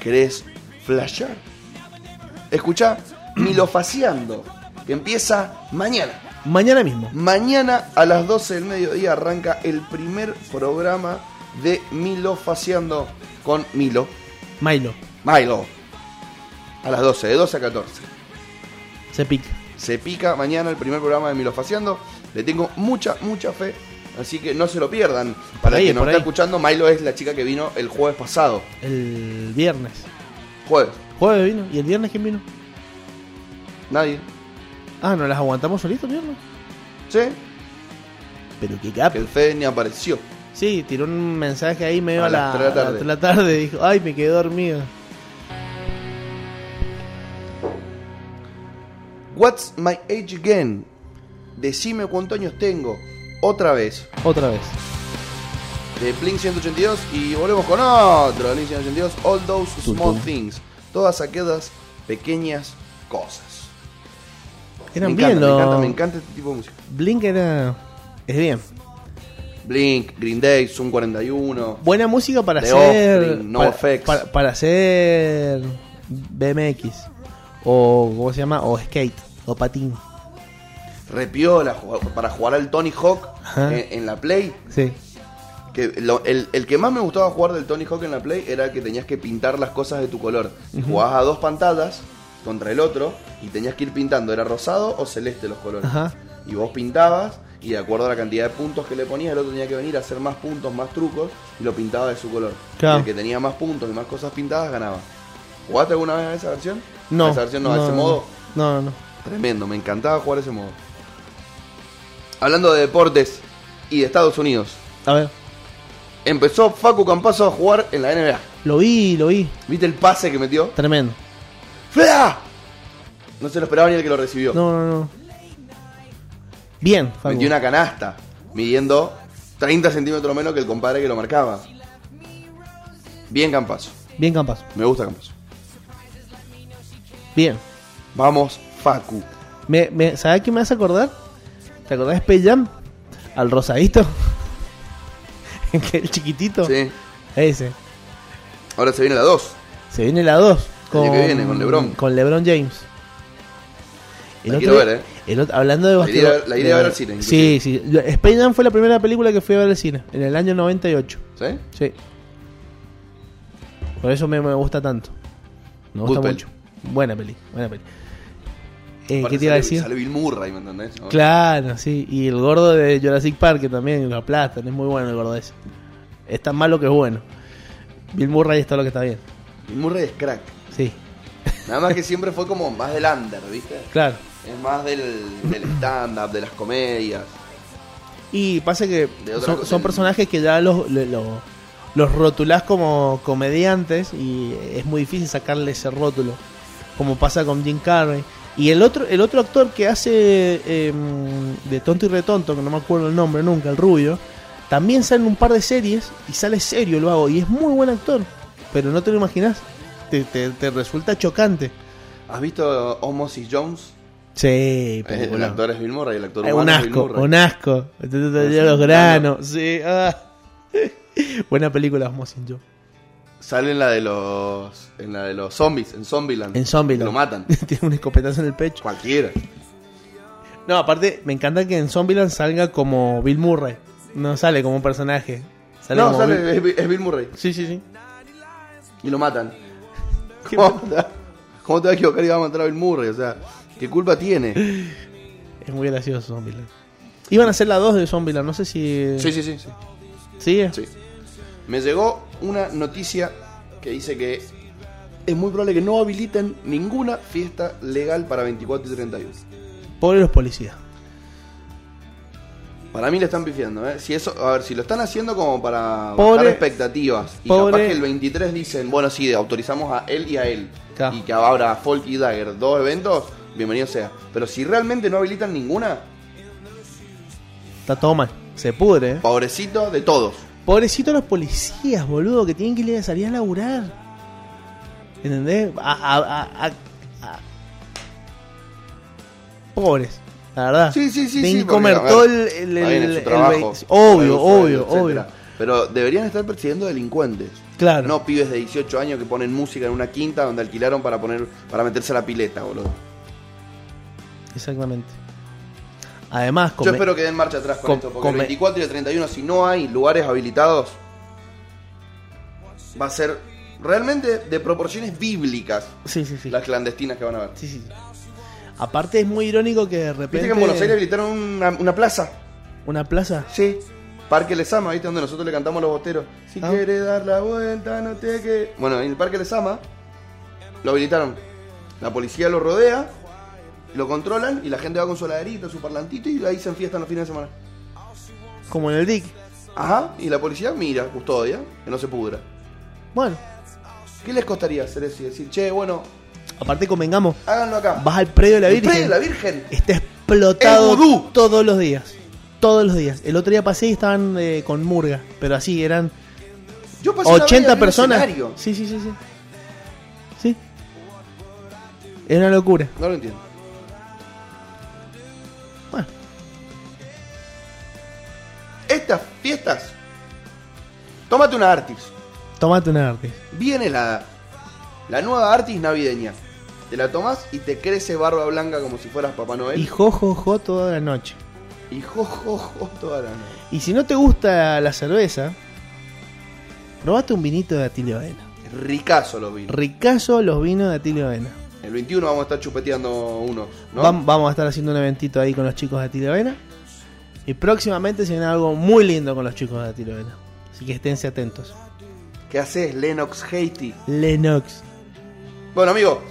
Speaker 1: ¿Querés flashear? Escuchá Milofaciando, que empieza mañana.
Speaker 2: Mañana mismo.
Speaker 1: Mañana a las 12 del mediodía arranca el primer programa de Milo Faseando con Milo. Mm.
Speaker 2: Milo.
Speaker 1: Milo. A las 12, de 12 a 14.
Speaker 2: Se pica.
Speaker 1: Se pica mañana el primer programa de Milo Faseando. Le tengo mucha, mucha fe. Así que no se lo pierdan. Para
Speaker 2: ahí,
Speaker 1: quien nos
Speaker 2: por
Speaker 1: está
Speaker 2: ahí.
Speaker 1: escuchando, Milo es la chica que vino el jueves pasado.
Speaker 2: El viernes.
Speaker 1: Jueves.
Speaker 2: Jueves vino. ¿Y el viernes quién vino?
Speaker 1: Nadie.
Speaker 2: Ah, ¿no las aguantamos solitos el viernes?
Speaker 1: ¿Sí?
Speaker 2: Pero qué
Speaker 1: Que
Speaker 2: capo.
Speaker 1: el Fede ni apareció.
Speaker 2: Sí, tiró un mensaje ahí medio
Speaker 1: A
Speaker 2: a,
Speaker 1: las
Speaker 2: la,
Speaker 1: tres de la
Speaker 2: a las
Speaker 1: tarde.
Speaker 2: tres de la tarde. Dijo, ay, me quedé dormido.
Speaker 1: What's my age again? Decime cuántos años tengo. Otra vez.
Speaker 2: Otra vez.
Speaker 1: de Blink 182 y volvemos con otro Blink 182, All Those
Speaker 2: Tum,
Speaker 1: Small
Speaker 2: tum.
Speaker 1: Things, todas aquellas pequeñas cosas.
Speaker 2: Eran
Speaker 1: me encanta,
Speaker 2: bien
Speaker 1: me encanta,
Speaker 2: los.
Speaker 1: me encanta este tipo de música.
Speaker 2: Blink era. Es bien.
Speaker 1: Blink, Green Day, Zoom 41,
Speaker 2: Buena música para
Speaker 1: The
Speaker 2: hacer.
Speaker 1: Offspring, No
Speaker 2: para,
Speaker 1: Effects.
Speaker 2: para- para hacer. BMX. O. ¿Cómo se llama? O skate. O patín.
Speaker 1: Repiola ju- para jugar al Tony Hawk eh,
Speaker 2: Ajá.
Speaker 1: en, en la Play.
Speaker 2: Sí.
Speaker 1: Que lo- el, el que más me gustaba jugar del Tony Hawk en la Play era que tenías que pintar las cosas de tu color. Y Jugabas a dos pantallas contra el otro y tenías que ir pintando. Era rosado o celeste los colores.
Speaker 2: Ajá.
Speaker 1: Y vos pintabas y de acuerdo a la cantidad de puntos que le ponías, el otro tenía que venir a hacer más puntos, más trucos y lo pintaba de su color.
Speaker 2: Claro.
Speaker 1: Y El que tenía más puntos y más cosas pintadas ganaba. ¿Jugaste alguna vez a esa versión?
Speaker 2: No.
Speaker 1: A esa versión no, a ese modo.
Speaker 2: No, no, no.
Speaker 1: Tremendo, me encantaba jugar ese modo. Hablando de deportes y de Estados Unidos.
Speaker 2: A ver.
Speaker 1: Empezó Facu Campazo a jugar en la NBA.
Speaker 2: Lo vi, lo vi.
Speaker 1: ¿Viste el pase que metió?
Speaker 2: Tremendo.
Speaker 1: ¡Fea! No se lo esperaba ni el que lo recibió.
Speaker 2: No, no, no. Bien, Facu.
Speaker 1: metió una canasta, midiendo 30 centímetros menos que el compadre que lo marcaba. Bien Campazo.
Speaker 2: Bien, Campazo.
Speaker 1: Me gusta Campazo.
Speaker 2: Bien.
Speaker 1: Vamos, Facu.
Speaker 2: Me, me, ¿Sabes qué me hace acordar? ¿Te acordás de Space Jam? Al rosadito. (laughs) Que el chiquitito.
Speaker 1: Sí.
Speaker 2: Ese.
Speaker 1: Ahora se viene la 2.
Speaker 2: Se viene la 2.
Speaker 1: año que viene, con LeBron.
Speaker 2: Con LeBron James.
Speaker 1: La quiero
Speaker 2: día-
Speaker 1: ver, eh.
Speaker 2: el otro- hablando de
Speaker 1: La iré a
Speaker 2: básquetbol-
Speaker 1: ver- la iré a ver al cine,
Speaker 2: Sí, sí. Yo- Space Jam fue la primera película que fui a ver al cine. En el año 98.
Speaker 1: ¿Sí?
Speaker 2: Sí. Por eso me, me gusta tanto. Me gusta
Speaker 1: Good peli.
Speaker 2: mucho. Buena peli, buena peli. Eh,
Speaker 1: Aparte
Speaker 2: ¿Qué te iba a
Speaker 1: sale-
Speaker 2: decir?
Speaker 1: Sale Bill Murray, ¿me entendés? ¿No?
Speaker 2: Claro, sí. Y el gordo de Jurassic Park, que también lo aplastan. Es muy bueno el gordo ese. Es tan malo que es bueno. Bill Murray está lo que está bien.
Speaker 1: Bill Murray es crack.
Speaker 2: Sí,
Speaker 1: Nada más que siempre fue como más del under, ¿viste?
Speaker 2: claro.
Speaker 1: Es más del, del stand-up, de las comedias.
Speaker 2: Y pasa que
Speaker 1: De otra
Speaker 2: son,
Speaker 1: cosa,
Speaker 2: son
Speaker 1: el-
Speaker 2: personajes que ya los, lo- lo- los rotulás como comediantes y es muy difícil sacarle ese rótulo, como pasa con Jim Carrey. Y el otro, el otro actor que hace eh, de tonto y retonto, que no me acuerdo el nombre nunca, el rubio, también sale en un par de series y sale serio el vago y es muy buen actor, pero no te lo imaginas, te, te- te resulta chocante.
Speaker 1: ¿Has visto Homosis Jones?
Speaker 2: Sí,
Speaker 1: Eh, El
Speaker 2: bueno.
Speaker 1: actor es Bill Murray, el actor
Speaker 2: Eh, un
Speaker 1: humano es Bill
Speaker 2: asco,
Speaker 1: Murray.
Speaker 2: un asco. Te- te- te-
Speaker 1: Es
Speaker 2: te-
Speaker 1: un
Speaker 2: los
Speaker 1: grano.
Speaker 2: granos, sí. ah. (laughs) Buena película, Osmosin yo.
Speaker 1: Sale en la de los. En la de los zombies, en Zombieland.
Speaker 2: En Zombieland.
Speaker 1: Lo
Speaker 2: (laughs)
Speaker 1: matan.
Speaker 2: (laughs) Tiene un escopetazo en el pecho.
Speaker 1: Cualquiera.
Speaker 2: No, aparte, me encanta que en Zombieland salga como Bill Murray. No sale como un personaje. Sale
Speaker 1: no,
Speaker 2: como Bill-
Speaker 1: sale, es, Bi- es Bill Murray.
Speaker 2: Sí, sí, sí.
Speaker 1: Y lo
Speaker 2: (laughs)
Speaker 1: matan. ¿Cómo te, cómo te vas a equivocar y vas a matar a Bill Murray? O sea, ¿qué culpa tiene?
Speaker 2: (laughs) Es muy gracioso Zombieland. Iban a hacer la 2 de Zombieland, no sé si...
Speaker 1: Sí, sí, sí, sí.
Speaker 2: ¿Sí?
Speaker 1: sí. Me llegó una noticia que dice que es muy probable que no habiliten ninguna fiesta legal para 24 y 31.
Speaker 2: Pobre los policías.
Speaker 1: Para mí le están pifiando, ¿eh? Si eso, a ver, si lo están haciendo como para bajar
Speaker 2: Pobre-
Speaker 1: expectativas. Y
Speaker 2: pobre-
Speaker 1: capaz que el 23 dicen, bueno, sí, autorizamos a él y a él.
Speaker 2: Claro.
Speaker 1: Y que habrá Folk y Dagger, dos eventos, bienvenido sea. Pero si realmente no habilitan ninguna,
Speaker 2: Está todo mal. Se pudre, ¿eh?
Speaker 1: pobrecito de todos.
Speaker 2: Pobrecitos los policías, boludo, que tienen que ir a salir a laburar. ¿Entendés? A, a- a- a- a- Pobres, la verdad.
Speaker 1: Sí, sí, sí,
Speaker 2: Tienen
Speaker 1: sí,
Speaker 2: que
Speaker 1: porque,
Speaker 2: comer
Speaker 1: a ver,
Speaker 2: todo el. el-
Speaker 1: Está bien,
Speaker 2: el-
Speaker 1: es su
Speaker 2: el-
Speaker 1: trabajo.
Speaker 2: obvio,
Speaker 1: Está bien,
Speaker 2: obvio,
Speaker 1: etcétera.
Speaker 2: obvio.
Speaker 1: Pero deberían estar persiguiendo delincuentes.
Speaker 2: Claro.
Speaker 1: No pibes de 18 años que ponen música en una quinta donde alquilaron para poner para meterse a la pileta, boludo.
Speaker 2: Exactamente. Además,
Speaker 1: Yo
Speaker 2: come-
Speaker 1: espero que den marcha atrás con
Speaker 2: com-
Speaker 1: esto, porque
Speaker 2: come-
Speaker 1: el 24 y el 31, si no hay lugares habilitados, va a ser realmente de proporciones bíblicas
Speaker 2: Sí, sí, sí.
Speaker 1: las clandestinas que van a ver.
Speaker 2: Sí, sí. Aparte, es muy irónico que de repente.
Speaker 1: ¿Viste que en Buenos Aires habilitaron una, una plaza?
Speaker 2: Una plaza.
Speaker 1: Sí. Parque Les Ama, ¿viste? Donde nosotros le cantamos los bosteros. Si
Speaker 2: Ah.
Speaker 1: quieres dar la vuelta, no te que. Bueno, en el Parque Les Ama lo habilitaron. La policía lo rodea, lo controlan y la gente va con su laderita, su parlantito y ahí se enfiestan los fines de semana.
Speaker 2: Como en el DIC.
Speaker 1: Ajá, y la policía mira, custodia, que no se pudra.
Speaker 2: Bueno,
Speaker 1: ¿Qué les costaría hacer eso y decir, che, bueno,
Speaker 2: aparte, convengamos.
Speaker 1: háganlo acá?
Speaker 2: Vas al predio de la
Speaker 1: El
Speaker 2: Virgen.
Speaker 1: predio de la Virgen.
Speaker 2: está explotado
Speaker 1: ¡Es vudú!
Speaker 2: todos los días. Todos los días. El otro día pasé y estaban eh, con murga, pero así eran
Speaker 1: Yo pasé Pues una vez y había
Speaker 2: 80
Speaker 1: un
Speaker 2: personas.
Speaker 1: escenario.
Speaker 2: Sí, sí, sí, sí. Sí. Es una locura.
Speaker 1: No lo entiendo.
Speaker 2: Bueno,
Speaker 1: Estas fiestas, tómate una Artis.
Speaker 2: tomate una arte.
Speaker 1: Viene la, la nueva Artis navideña. Te la tomas y te crece barba blanca como si fueras Papá Noel.
Speaker 2: Y jojojo toda la noche.
Speaker 1: Y jo, jo, jo, toda la noche.
Speaker 2: Y si no te gusta la cerveza, probate un vinito de Atilio Avena.
Speaker 1: Ricazo los vinos.
Speaker 2: Ricazo los vinos de Atilio Avena.
Speaker 1: El 21 vamos a estar chupeteando unos, ¿no?
Speaker 2: Vam- vamos a estar haciendo un eventito ahí con los chicos de Tiro Avena. Y próximamente se viene algo muy lindo con los chicos de Tiro Avena. Así que esténse atentos.
Speaker 1: ¿Qué haces, Lennox Haiti?
Speaker 2: Lennox.
Speaker 1: Bueno, amigo,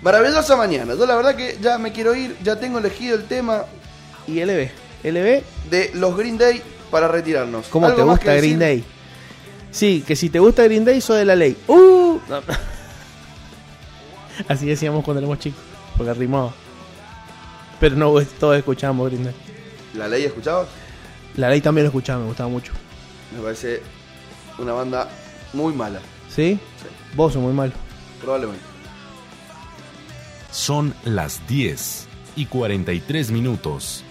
Speaker 1: maravillosa mañana. Yo la verdad que ya me quiero ir, ya tengo elegido el tema
Speaker 2: Y LB. LB,
Speaker 1: de los Green Day para retirarnos.
Speaker 2: ¿cómo
Speaker 1: ¿Algo
Speaker 2: te
Speaker 1: más
Speaker 2: gusta
Speaker 1: que
Speaker 2: Green
Speaker 1: decir?
Speaker 2: Day? Sí, que si te gusta Green Day, sos de la ley. ¡Uh! No. (laughs) Así decíamos cuando éramos chicos. Porque rimaba. Pero no pues, todos escuchábamos Green Day.
Speaker 1: ¿La ley escuchado?
Speaker 2: La ley también lo escuchaba, me gustaba mucho.
Speaker 1: Me parece una banda muy mala.
Speaker 2: ¿Sí?
Speaker 1: Sí.
Speaker 2: Vos sos muy malo.
Speaker 1: Probablemente.
Speaker 3: Son las 10 y 43 minutos.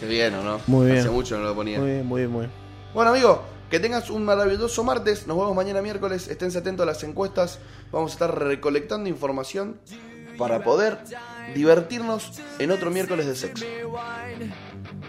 Speaker 1: Qué bien, ¿o no?
Speaker 2: Muy bien.
Speaker 1: Hace mucho no lo ponía.
Speaker 2: Muy bien, muy bien, muy bien.
Speaker 1: Bueno, amigo, que tengas un maravilloso martes. Nos vemos mañana miércoles. Esténse atentos a las encuestas. Vamos a estar recolectando información para poder divertirnos en otro miércoles de sexo.